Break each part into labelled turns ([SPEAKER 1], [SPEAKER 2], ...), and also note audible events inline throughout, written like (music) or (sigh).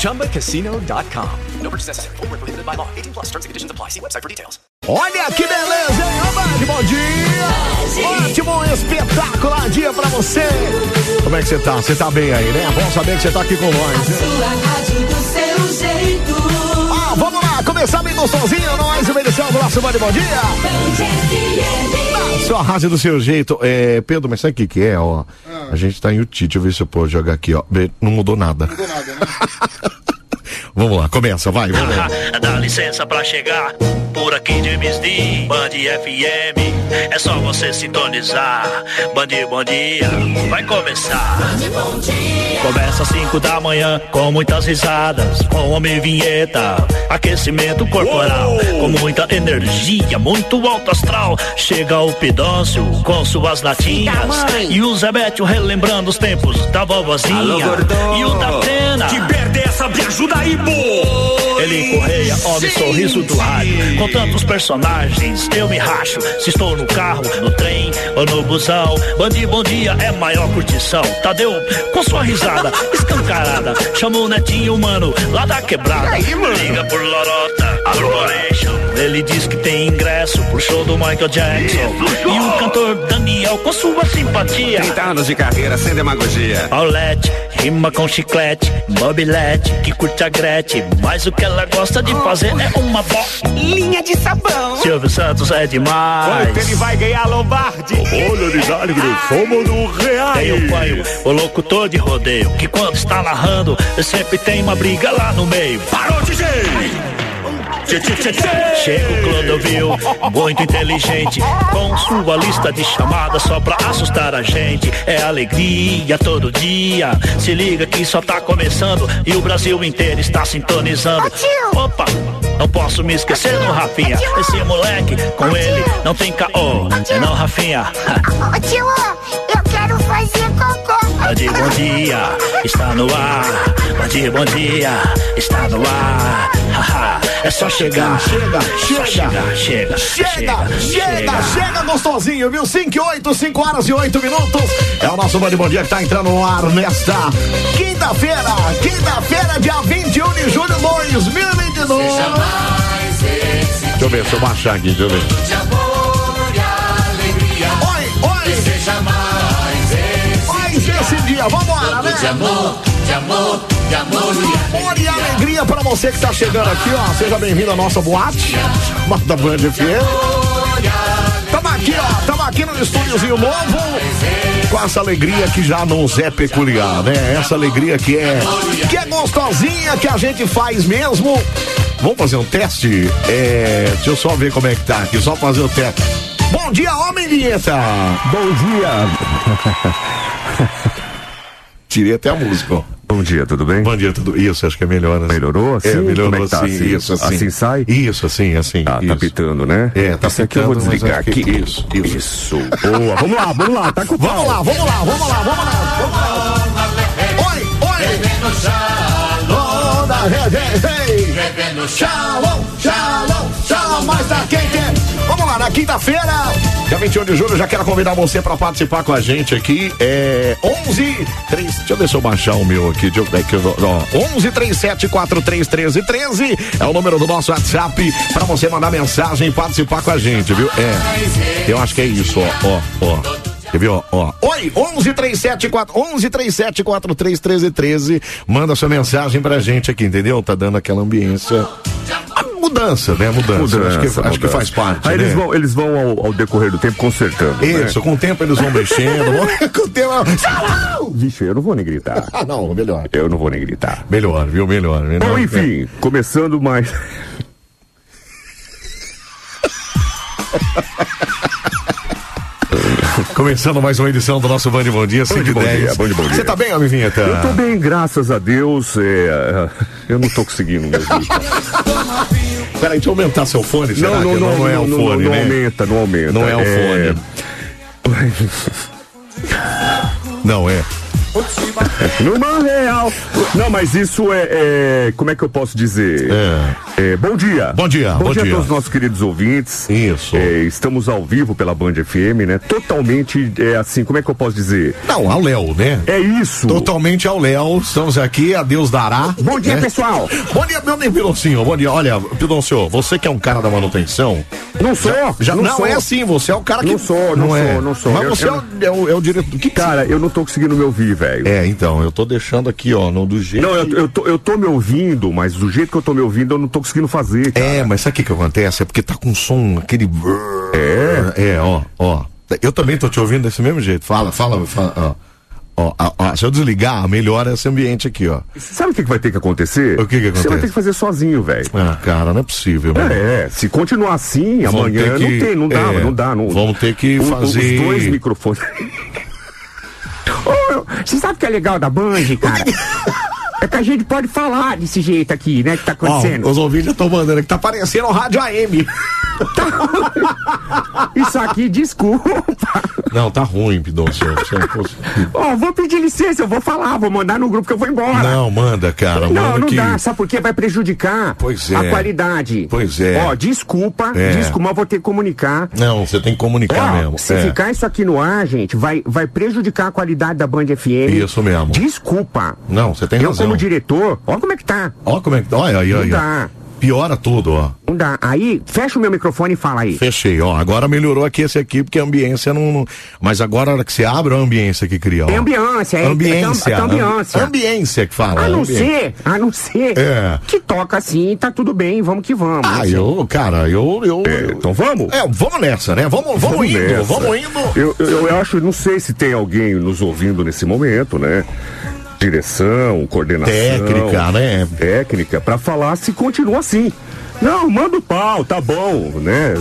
[SPEAKER 1] ChumbaCasino.com.
[SPEAKER 2] No purchase necessary. Void were prohibited by law. 18 plus terms and conditions apply. See website for details.
[SPEAKER 3] Olha Ah, que beleza, hein? Ô, Band, bom dia! Ótimo, espetacular dia pra você! Como é que você tá? Você tá bem aí, né? Bom saber que você tá aqui com nós. né?
[SPEAKER 4] Sua rádio do seu jeito.
[SPEAKER 3] Ó, Ah, vamos lá, começar bem gostosinho, nós, uma edição do nosso Band Bom Dia!
[SPEAKER 4] Band FM.
[SPEAKER 3] Só arrasa do seu jeito. É, Pedro, mas sabe o que que é, ó? A gente tá em Uti, deixa eu ver se eu posso jogar aqui, ó. Vê, Não mudou nada. Não mudou nada, né? (laughs) vamos lá, começa, vai, vamos lá.
[SPEAKER 5] Dá licença pra chegar por aqui James D, Band FM. É só você sintonizar. Band Bom Dia vai começar.
[SPEAKER 4] Bom dia.
[SPEAKER 5] Começa às 5 da manhã com muitas risadas, com homem vinheta, aquecimento corporal, com muita energia, muito alto astral. Chega o Pidócio com suas latinhas e o Zé Bétio relembrando os tempos da vovozinha e o da Atena. Ele correia, homem, sorriso do rádio. Com tantos personagens, eu me racho. Se estou no carro, no trem ou no busão. Bandi, bom dia, é maior curtição. Tadeu, com sua risada escancarada, chama o netinho, mano, lá da quebrada. Liga por Lorota, Corporation. Ele diz que tem ingresso pro show do Michael Jackson. E o cantor Daniel, com sua simpatia.
[SPEAKER 6] 30 anos de carreira sem demagogia.
[SPEAKER 5] Paulette, rima com chiclete, mobilete, que curte a Gretchen, mas o que ela gosta de fazer é uma bolinha de sabão. Silvio Santos é demais.
[SPEAKER 1] vai ganhar Lombardi.
[SPEAKER 5] Tem o Panho, o locutor de rodeio, que quando está narrando, sempre tem uma briga lá no meio. Parou, DJ! Chega o Clodovil, muito inteligente, com sua lista de chamadas só pra assustar a gente. É alegria todo dia. Se liga que só tá começando e o Brasil inteiro está sintonizando. Opa, não posso me esquecer do Rafinha. Esse moleque, com ele, não tem caô. É não, Rafinha.
[SPEAKER 7] Ô tio, eu quero fazer cocô.
[SPEAKER 5] Band Tá Bom Dia está no ar. Band Bom Dia está no ar. Haha, É só chegar. É
[SPEAKER 3] Chega,
[SPEAKER 5] Só
[SPEAKER 3] chega.
[SPEAKER 5] chega,
[SPEAKER 3] Chega, chega, chega gostosinho, viu? 5 e 8, 5 horas e 8 minutos. É o nosso Band Bom Dia que tá entrando no ar nesta quinta-feira, quinta-feira, dia 21 de julho de 2022.
[SPEAKER 4] Mais esse
[SPEAKER 3] Deixa eu ver, deixa eu baixar aqui, deixa eu ver.
[SPEAKER 4] de amor e alegria.
[SPEAKER 3] Oi, oi,
[SPEAKER 4] Seja mais esse
[SPEAKER 3] oi, esse dia, vambora, né?
[SPEAKER 4] de amor, de amor, de amor e
[SPEAKER 3] Amor e alegria pra você que tá chegando aqui, ó. Seja bem-vindo à nossa boate, da Band FM.
[SPEAKER 4] amor e alegria.
[SPEAKER 3] Tamo aqui, ó, tamo aqui no estúdiozinho novo, com essa alegria que já nos é peculiar, né? Essa alegria que é, que é gostosinha, que a gente faz mesmo. Vamos fazer um teste? É, deixa eu só ver como é que tá aqui, só fazer o teste. Bom dia, homem vinheta!
[SPEAKER 6] Bom dia.
[SPEAKER 3] Tirei até a música, ó.
[SPEAKER 6] Bom dia, tudo bem?
[SPEAKER 3] Bom dia, tudo isso, acho que é melhor, né?
[SPEAKER 6] Melhorou?
[SPEAKER 3] É,
[SPEAKER 6] Assim?
[SPEAKER 3] melhorou,
[SPEAKER 6] Como é que tá?
[SPEAKER 3] assim,
[SPEAKER 6] Assim?
[SPEAKER 3] isso, assim.
[SPEAKER 6] Assim sai?
[SPEAKER 3] Isso, assim, assim,
[SPEAKER 6] Ah,
[SPEAKER 3] isso.
[SPEAKER 6] tá pitando, né?
[SPEAKER 3] É, tá
[SPEAKER 6] Esse aqui eu
[SPEAKER 3] pitando,
[SPEAKER 6] vou
[SPEAKER 3] mas
[SPEAKER 6] desligar
[SPEAKER 3] acho
[SPEAKER 6] aqui.
[SPEAKER 3] que- isso, isso.
[SPEAKER 6] Boa, vamos lá, vamos lá, tá com o
[SPEAKER 3] Vamos
[SPEAKER 6] pau.
[SPEAKER 3] lá, vamos lá, vamos lá, vamos lá, vamos lá. Oi, oi!
[SPEAKER 4] Bebendo xalão,
[SPEAKER 3] Onda, hey, hey, hey.
[SPEAKER 4] bebendo xalão.
[SPEAKER 3] Shalom, shalom, shalom, mas tá quente. hein? Vamos lá, na quinta-feira, dia 21 de julho, já quero convidar você pra participar com a gente aqui. É 11 3, deixa eu ver se eu baixar o meu aqui. Deixa eu, é que eu, ó, 11 37 43 13 13 é o número do nosso WhatsApp pra você mandar mensagem e participar com a gente, viu? É. Eu acho que é isso, ó, ó, ó. Quer ver, ó, ó. Oi, 11 37 4, 11 37 43 13 13. Manda sua mensagem pra gente aqui, entendeu? Tá dando aquela ambiência mudança, né? Mudança. acho, que, acho
[SPEAKER 8] Mudança,
[SPEAKER 3] que faz
[SPEAKER 8] mudança.
[SPEAKER 3] parte.
[SPEAKER 8] Aí
[SPEAKER 3] né?
[SPEAKER 8] eles vão, eles vão ao, ao decorrer do tempo consertando.
[SPEAKER 3] Isso,
[SPEAKER 8] Né?
[SPEAKER 3] com o tempo eles vão mexendo.
[SPEAKER 8] (laughs)
[SPEAKER 3] (laughs) vão- com o tempo.
[SPEAKER 8] Vixe, eu não vou nem gritar.
[SPEAKER 3] Ah, não, melhor.
[SPEAKER 8] Eu não vou nem gritar.
[SPEAKER 3] Melhor, viu? Melhor. né? melhor.
[SPEAKER 8] Bom, enfim, começando mais.
[SPEAKER 3] É, Começando mais uma edição do nosso Band Bom Dia, 5
[SPEAKER 8] de
[SPEAKER 3] e
[SPEAKER 8] bom
[SPEAKER 3] 10.
[SPEAKER 8] dia, bom de bom dia.
[SPEAKER 3] Você tá bem, amiguinha? Tá?
[SPEAKER 8] Eu tô (laughs) bem, graças a Deus. é, eu não tô conseguindo mesmo.
[SPEAKER 3] Peraí, deixa eu aumentar seu fone. (laughs) será que é o fone,
[SPEAKER 8] não
[SPEAKER 3] né?
[SPEAKER 8] aumenta, não aumenta.
[SPEAKER 3] Não é o fone. Não, é.
[SPEAKER 8] (laughs) Numa real. Não, mas isso é, é- Como é que eu posso dizer? É, bom dia.
[SPEAKER 3] Bom dia,
[SPEAKER 8] Bom,
[SPEAKER 3] bom
[SPEAKER 8] dia,
[SPEAKER 3] dia.
[SPEAKER 8] a todos os nossos queridos ouvintes.
[SPEAKER 3] Isso.
[SPEAKER 8] É, estamos ao vivo pela Band FM, né? Totalmente, é assim, como é que eu posso dizer?
[SPEAKER 3] Não, ao Léo, né?
[SPEAKER 8] É isso.
[SPEAKER 3] Totalmente ao Léo. Estamos aqui, a Deus dará.
[SPEAKER 8] Bom dia,
[SPEAKER 3] né?
[SPEAKER 8] pessoal.
[SPEAKER 3] Bom dia, meu nome é Piloncinho. Bom dia. Olha, Piloncinho, você que é um cara da manutenção.
[SPEAKER 8] Não sou.
[SPEAKER 3] Já, não
[SPEAKER 8] não sou.
[SPEAKER 3] é assim, você é o cara que.
[SPEAKER 8] Não sou, não
[SPEAKER 3] é.
[SPEAKER 8] sou, não sou.
[SPEAKER 3] Mas
[SPEAKER 8] Eu-
[SPEAKER 3] você
[SPEAKER 8] eu-
[SPEAKER 3] é o- é o, é o diretor. Que
[SPEAKER 8] Cara, eu não tô conseguindo me ouvir, velho.
[SPEAKER 3] É, então, eu tô deixando aqui, ó, no, do jeito.
[SPEAKER 8] Não, eu, eu, tô, eu tô me ouvindo, mas do jeito que eu tô me ouvindo, eu não tô conseguindo fazer, cara.
[SPEAKER 3] É, mas sabe o que que acontece? É porque tá com som, aquele. É? É, ó, ó. Eu também tô te ouvindo desse mesmo jeito. Fala, fala, fala, ó. Ó, ó, ó, se eu desligar, melhora esse ambiente aqui, ó.
[SPEAKER 8] Sabe o que, que vai ter que acontecer?
[SPEAKER 3] O que que
[SPEAKER 8] Você vai
[SPEAKER 3] acontece?
[SPEAKER 8] ter que fazer sozinho, velho.
[SPEAKER 3] Ah, cara, não é possível, meu.
[SPEAKER 8] É, é, se continuar assim,
[SPEAKER 3] Vamos
[SPEAKER 8] amanhã
[SPEAKER 3] ter que-
[SPEAKER 8] não tem, não dá,
[SPEAKER 3] é,
[SPEAKER 8] não dá. Não,
[SPEAKER 3] vamos ter que
[SPEAKER 8] O-
[SPEAKER 3] fazer-
[SPEAKER 8] Os dois microfones. (laughs) Ô, meu, Você sabe o que é legal da Band,
[SPEAKER 3] (laughs)
[SPEAKER 8] cara? É que a gente pode falar desse jeito aqui, né? Que tá
[SPEAKER 3] Ó,
[SPEAKER 8] acontecendo.
[SPEAKER 3] os ouvintes já estão mandando aqui, tá parecendo o rádio AM.
[SPEAKER 8] Isso aqui, desculpa.
[SPEAKER 3] Não, tá ruim, é Pidoncio. Você não cons-
[SPEAKER 8] Ó, vou pedir licença, eu vou falar, vou mandar no grupo que eu vou embora.
[SPEAKER 3] Não, manda, cara.
[SPEAKER 8] Não,
[SPEAKER 3] manda
[SPEAKER 8] não
[SPEAKER 3] que...
[SPEAKER 8] dá, sabe por quê? Vai prejudicar
[SPEAKER 3] Pois é.
[SPEAKER 8] a qualidade.
[SPEAKER 3] Pois é.
[SPEAKER 8] Ó, desculpa,
[SPEAKER 3] É.
[SPEAKER 8] desculpa, mas vou ter que comunicar.
[SPEAKER 3] Não, você tem que comunicar
[SPEAKER 8] Ó,
[SPEAKER 3] mesmo.
[SPEAKER 8] se
[SPEAKER 3] É.
[SPEAKER 8] ficar isso aqui no ar, gente, vai, vai prejudicar a qualidade da Band FM.
[SPEAKER 3] Isso mesmo.
[SPEAKER 8] Desculpa.
[SPEAKER 3] Não, você tem
[SPEAKER 8] Eu,
[SPEAKER 3] razão.
[SPEAKER 8] como diretor, ó como é que tá.
[SPEAKER 3] Ó, como é que. Olha aí, olha.
[SPEAKER 8] dá.
[SPEAKER 3] Piora tudo, ó.
[SPEAKER 8] Não dá. Aí, fecha o meu microfone e fala aí.
[SPEAKER 3] Fechei, ó. Agora melhorou aqui esse aqui, porque a ambiência não. não- Mas agora a hora que você abre, é a ambiência que cria, ó.
[SPEAKER 8] É ambiência, é.
[SPEAKER 3] Ambiência.
[SPEAKER 8] É tam- é tambiência.
[SPEAKER 3] Ambiência que fala.
[SPEAKER 8] A Ah, não
[SPEAKER 3] ambiência.
[SPEAKER 8] ser, a não ser
[SPEAKER 3] É.
[SPEAKER 8] que toca assim, tá tudo bem, vamos que vamos.
[SPEAKER 3] Ah,
[SPEAKER 8] Assim.
[SPEAKER 3] eu, cara, eu. eu, eu-
[SPEAKER 8] então vamos.
[SPEAKER 3] É, vamos nessa, né? Vamos, vamos, indo,
[SPEAKER 8] nessa.
[SPEAKER 3] vamos indo.
[SPEAKER 8] Eu, eu, eu acho, não sei se tem alguém nos ouvindo nesse momento, né? Direção, coordenação.
[SPEAKER 3] Técnica, né?
[SPEAKER 8] Técnica, pra falar se continua assim. Não, manda o pau, tá bom, né?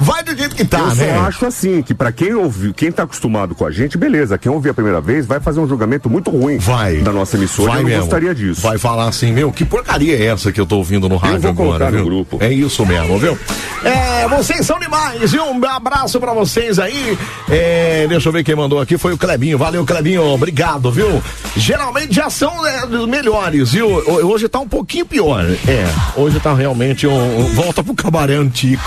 [SPEAKER 3] Vai do jeito que tá,
[SPEAKER 8] eu
[SPEAKER 3] né?
[SPEAKER 8] só acho assim, que pra quem ouviu, quem tá acostumado com a gente, beleza. Quem ouvir a primeira vez vai fazer um julgamento muito ruim
[SPEAKER 3] Vai.
[SPEAKER 8] da nossa emissora.
[SPEAKER 3] Vai
[SPEAKER 8] eu não
[SPEAKER 3] mesmo.
[SPEAKER 8] gostaria disso. (laughs)
[SPEAKER 3] Vai falar assim, meu, que porcaria é essa que eu tô ouvindo no rádio
[SPEAKER 8] vou
[SPEAKER 3] agora,
[SPEAKER 8] colocar no
[SPEAKER 3] viu?
[SPEAKER 8] grupo.
[SPEAKER 3] É isso mesmo, viu? É, vocês são demais, viu? Um abraço pra vocês aí. É, deixa eu ver quem mandou aqui, foi o Clebinho. Valeu, Clebinho, obrigado, viu? Geralmente já são né, dos melhores, viu? Ho- Hoje tá um pouquinho pior. É, hoje tá realmente um. um- volta pro cabaré antigo.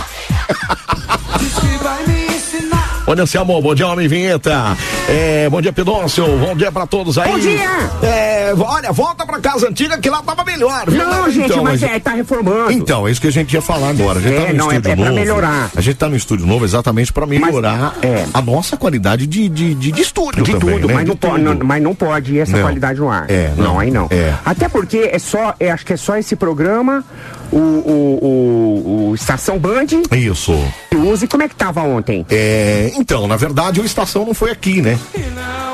[SPEAKER 3] Bom dia, Selmo. Bom dia, Homem Vinheta. É, bom dia, Pedôncio. Bom dia pra todos aí.
[SPEAKER 8] Bom dia.
[SPEAKER 3] É, olha, volta pra casa antiga que lá tava melhor. viu?
[SPEAKER 8] Não, gente,
[SPEAKER 3] Então,
[SPEAKER 8] mas
[SPEAKER 3] a
[SPEAKER 8] é, tá reformando.
[SPEAKER 3] Então, é isso que a gente ia falar agora. A gente
[SPEAKER 8] É,
[SPEAKER 3] tá no
[SPEAKER 8] não, é-
[SPEAKER 3] estúdio
[SPEAKER 8] é pra
[SPEAKER 3] novo.
[SPEAKER 8] melhorar.
[SPEAKER 3] A gente tá no estúdio novo exatamente pra melhorar
[SPEAKER 8] é.
[SPEAKER 3] a nossa qualidade de, de, de, de estúdio
[SPEAKER 8] De
[SPEAKER 3] também,
[SPEAKER 8] tudo,
[SPEAKER 3] né?
[SPEAKER 8] mas,
[SPEAKER 3] De
[SPEAKER 8] não pode,
[SPEAKER 3] tudo.
[SPEAKER 8] não, mas não pode ir essa
[SPEAKER 3] Não.
[SPEAKER 8] qualidade no ar.
[SPEAKER 3] É, não.
[SPEAKER 8] aí não.
[SPEAKER 3] É.
[SPEAKER 8] Até porque é só, é, acho que é só esse programa, o, o, o, o Estação Band,
[SPEAKER 3] Isso.
[SPEAKER 8] que usa. E como é que tava ontem?
[SPEAKER 3] É, então, na verdade, o Estação não foi aqui, né?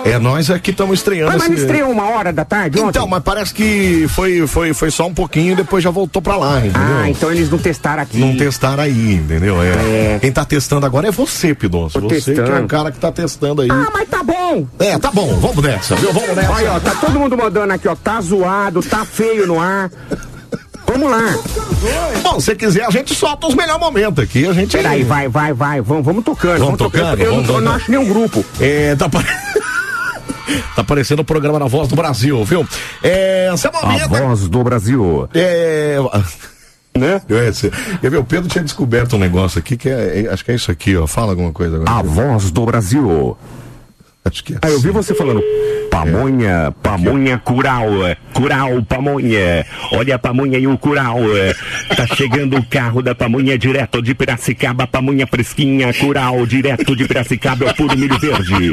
[SPEAKER 3] É, nós aqui estamos estreando
[SPEAKER 8] Ah, mas não
[SPEAKER 3] esse-
[SPEAKER 8] estreou uma hora da tarde ontem?
[SPEAKER 3] Então, mas parece que foi, foi, foi só um pouquinho e depois já voltou pra lá, entendeu?
[SPEAKER 8] ah, então eles não testaram aqui.
[SPEAKER 3] Não testar aí, entendeu? É. Quem tá testando agora é você, Pidoncio.
[SPEAKER 8] Tô
[SPEAKER 3] Você que é o
[SPEAKER 8] testando.
[SPEAKER 3] cara que tá testando aí.
[SPEAKER 8] Ah, mas tá bom.
[SPEAKER 3] É, tá bom, vamos nessa, viu? Vamos nessa.
[SPEAKER 8] Aí, ó, tá todo mundo mandando aqui, ó. Tá zoado, tá feio no ar. Vamos lá.
[SPEAKER 3] Bom, se quiser, a gente solta os melhores momentos aqui. A gente.
[SPEAKER 8] Peraí, vai, vai, vai. Vamos, vamos tocando.
[SPEAKER 3] Vamos tocando,
[SPEAKER 8] Eu,
[SPEAKER 3] vamos
[SPEAKER 8] não, eu não
[SPEAKER 3] tocando.
[SPEAKER 8] acho nenhum grupo.
[SPEAKER 3] É, tá pare... (laughs) Tá parecendo o programa na voz do Brasil, viu? É. Você é
[SPEAKER 8] Tá
[SPEAKER 3] uma vinheta-
[SPEAKER 8] do Brasil.
[SPEAKER 3] É.
[SPEAKER 8] Né?
[SPEAKER 3] (laughs) Eu, esse, eu, meu, o Pedro tinha descoberto um negócio aqui que é, é- Acho que é isso aqui, ó. Fala alguma coisa agora.
[SPEAKER 8] voz do Brasil.
[SPEAKER 3] Acho que é.
[SPEAKER 8] Ah, eu vi você falando. Pamonha, pamonha curau, curau, pamonha. Olha a pamonha e o curau. Tá chegando o carro da pamonha direto de Piracicaba, pamonha fresquinha, curau, direto de Piracicaba, é o puro milho verde.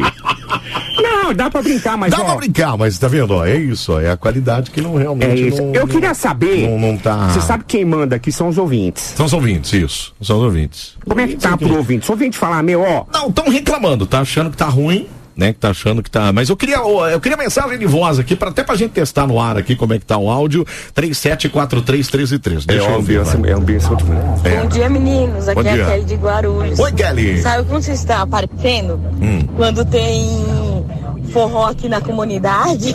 [SPEAKER 8] Não,
[SPEAKER 6] Não, dá pra brincar, mas
[SPEAKER 3] Dá
[SPEAKER 6] ó,
[SPEAKER 3] pra brincar, mas tá vendo? ó, É isso, ó, é a qualidade que não realmente.
[SPEAKER 6] é isso.
[SPEAKER 3] não-
[SPEAKER 6] Eu queria saber.
[SPEAKER 3] Não, não tá.
[SPEAKER 6] Você sabe quem manda aqui são os ouvintes.
[SPEAKER 3] São os ouvintes, isso. São os ouvintes.
[SPEAKER 6] Como é que tá pro ouvinte? Se o ouvinte falar, meu, ó,
[SPEAKER 3] Não, estão reclamando, tá achando que tá ruim, né? Que tá achando que tá. Mas eu queria, ó, eu queria mensagem de voz aqui, pra, até pra gente testar no ar aqui como é que tá o áudio. 37431313. Deixa
[SPEAKER 6] é
[SPEAKER 3] eu ouvir.
[SPEAKER 6] ambiência,
[SPEAKER 3] vai.
[SPEAKER 6] é ambiência muito grande.
[SPEAKER 9] Bom dia, meninos. Aqui
[SPEAKER 3] Bom
[SPEAKER 9] é
[SPEAKER 3] dia.
[SPEAKER 9] a Kelly de Guarulhos.
[SPEAKER 3] Oi, Kelly. Hum.
[SPEAKER 9] Sabe como você está aparecendo? Quando tem forró aqui na
[SPEAKER 3] (laughs)
[SPEAKER 9] comunidade?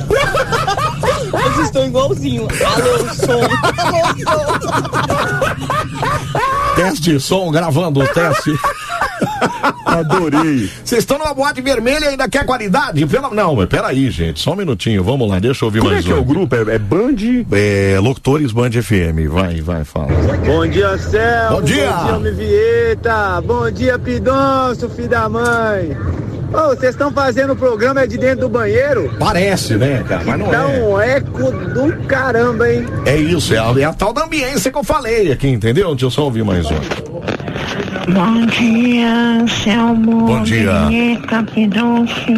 [SPEAKER 9] Vocês estão igualzinho. Alô, som.
[SPEAKER 3] Teste de som, gravando o
[SPEAKER 6] (laughs)
[SPEAKER 3] teste.
[SPEAKER 6] Adorei.
[SPEAKER 3] Vocês estão numa boate vermelha e ainda quer qualidade? Pela... Não, mas peraí, gente. Só um minutinho. Vamos lá, deixa eu ouvir
[SPEAKER 6] Como é
[SPEAKER 3] mais
[SPEAKER 6] que é
[SPEAKER 3] um.
[SPEAKER 6] o grupo? É, é Band?
[SPEAKER 3] É, Locutores Band FM. Vai, vai, fala.
[SPEAKER 10] Bom dia, Céu.
[SPEAKER 3] Bom dia.
[SPEAKER 10] Bom dia, homem Vieta. Bom dia, Pidonço, filho da mãe. Ô, vocês estão fazendo o programa é de dentro do banheiro?
[SPEAKER 3] Parece, né, cara? Mas não
[SPEAKER 10] Dá
[SPEAKER 3] é.
[SPEAKER 10] um eco do caramba, hein?
[SPEAKER 3] É isso, é a, é a tal da ambiência que eu falei aqui, entendeu? Deixa eu só ouvir mais um.
[SPEAKER 9] Bom dia, Anselmo.
[SPEAKER 3] Bom dia.
[SPEAKER 9] Eita, Pidoncio.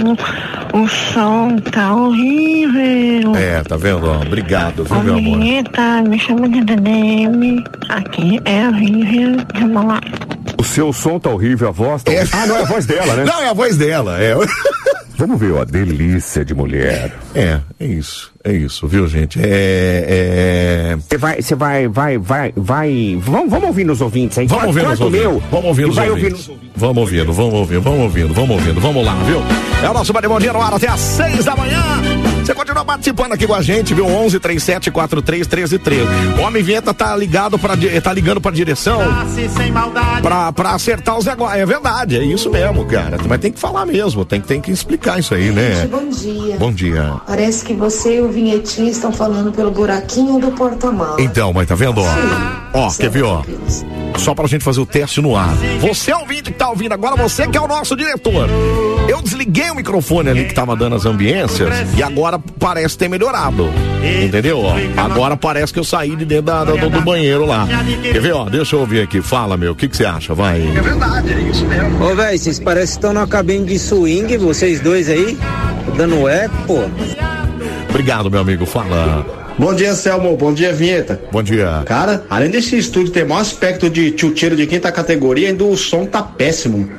[SPEAKER 9] O som tá horrível.
[SPEAKER 3] É, tá vendo? ó? Obrigado, viu, meu amor?
[SPEAKER 9] Eita, me chama de DDM. Aqui é a Vivian de Malá.
[SPEAKER 6] O seu som tá horrível, a voz tá
[SPEAKER 3] É.
[SPEAKER 6] horrível. Ah, não, é a voz dela, né?
[SPEAKER 3] Não, é a voz dela. É, (laughs)
[SPEAKER 6] Vamos ver, ó, delícia de mulher.
[SPEAKER 3] é, é isso. É isso, viu, gente? É. é...
[SPEAKER 6] Você vai, você vai, vai, vai, vai. Vamos, vamos ouvir nos ouvintes aí.
[SPEAKER 3] Vamos ouvir nos
[SPEAKER 6] Corta o
[SPEAKER 3] ouvintes.
[SPEAKER 6] meu.
[SPEAKER 3] Vamos ouvir
[SPEAKER 6] e
[SPEAKER 3] nos
[SPEAKER 6] vai ouvir
[SPEAKER 3] ouvintes. Vamos ouvindo, vamos ouvindo, vamos ouvindo, vamos ouvindo. Vamos lá, viu? É o nosso Bande Bom Dia no ar até às seis da manhã. Você continua participando aqui com a gente, viu? 11 37 43 13 13. O Homem Vinheta tá ligado pra, di- tá ligando pra direção
[SPEAKER 4] sem maldade.
[SPEAKER 3] pra, pra acertar os negócios. É verdade, é isso mesmo, cara. Mas tem que falar mesmo, tem, tem que explicar isso aí, né?
[SPEAKER 9] Bom dia.
[SPEAKER 3] Bom dia.
[SPEAKER 9] Parece que você e o Vinhetinho estão falando pelo buraquinho do porta-mala.
[SPEAKER 3] Então, mas tá vendo, ó? Ó, quer ver, ó? Só pra gente fazer o teste no ar. Você é ouvinte que tá ouvindo agora, você que é o nosso diretor. Eu desliguei o microfone ali que tava dando as ambiências e agora parece ter melhorado. Entendeu? Ó, agora parece que eu saí de dentro da- da- do, do banheiro lá. Quer ver, ó? Deixa eu ouvir aqui. Fala, meu. O que que você acha? Vai.
[SPEAKER 10] Ô, velho, vocês parecem que estão na cabine de swing, vocês dois aí. Dando eco, pô.
[SPEAKER 3] Obrigado, meu amigo. Fala.
[SPEAKER 10] Bom dia, Selmo. Bom dia, Vinheta.
[SPEAKER 3] Bom dia.
[SPEAKER 10] Cara, além desse estúdio ter mau aspecto de chuteiro de quinta categoria, ainda o som tá péssimo.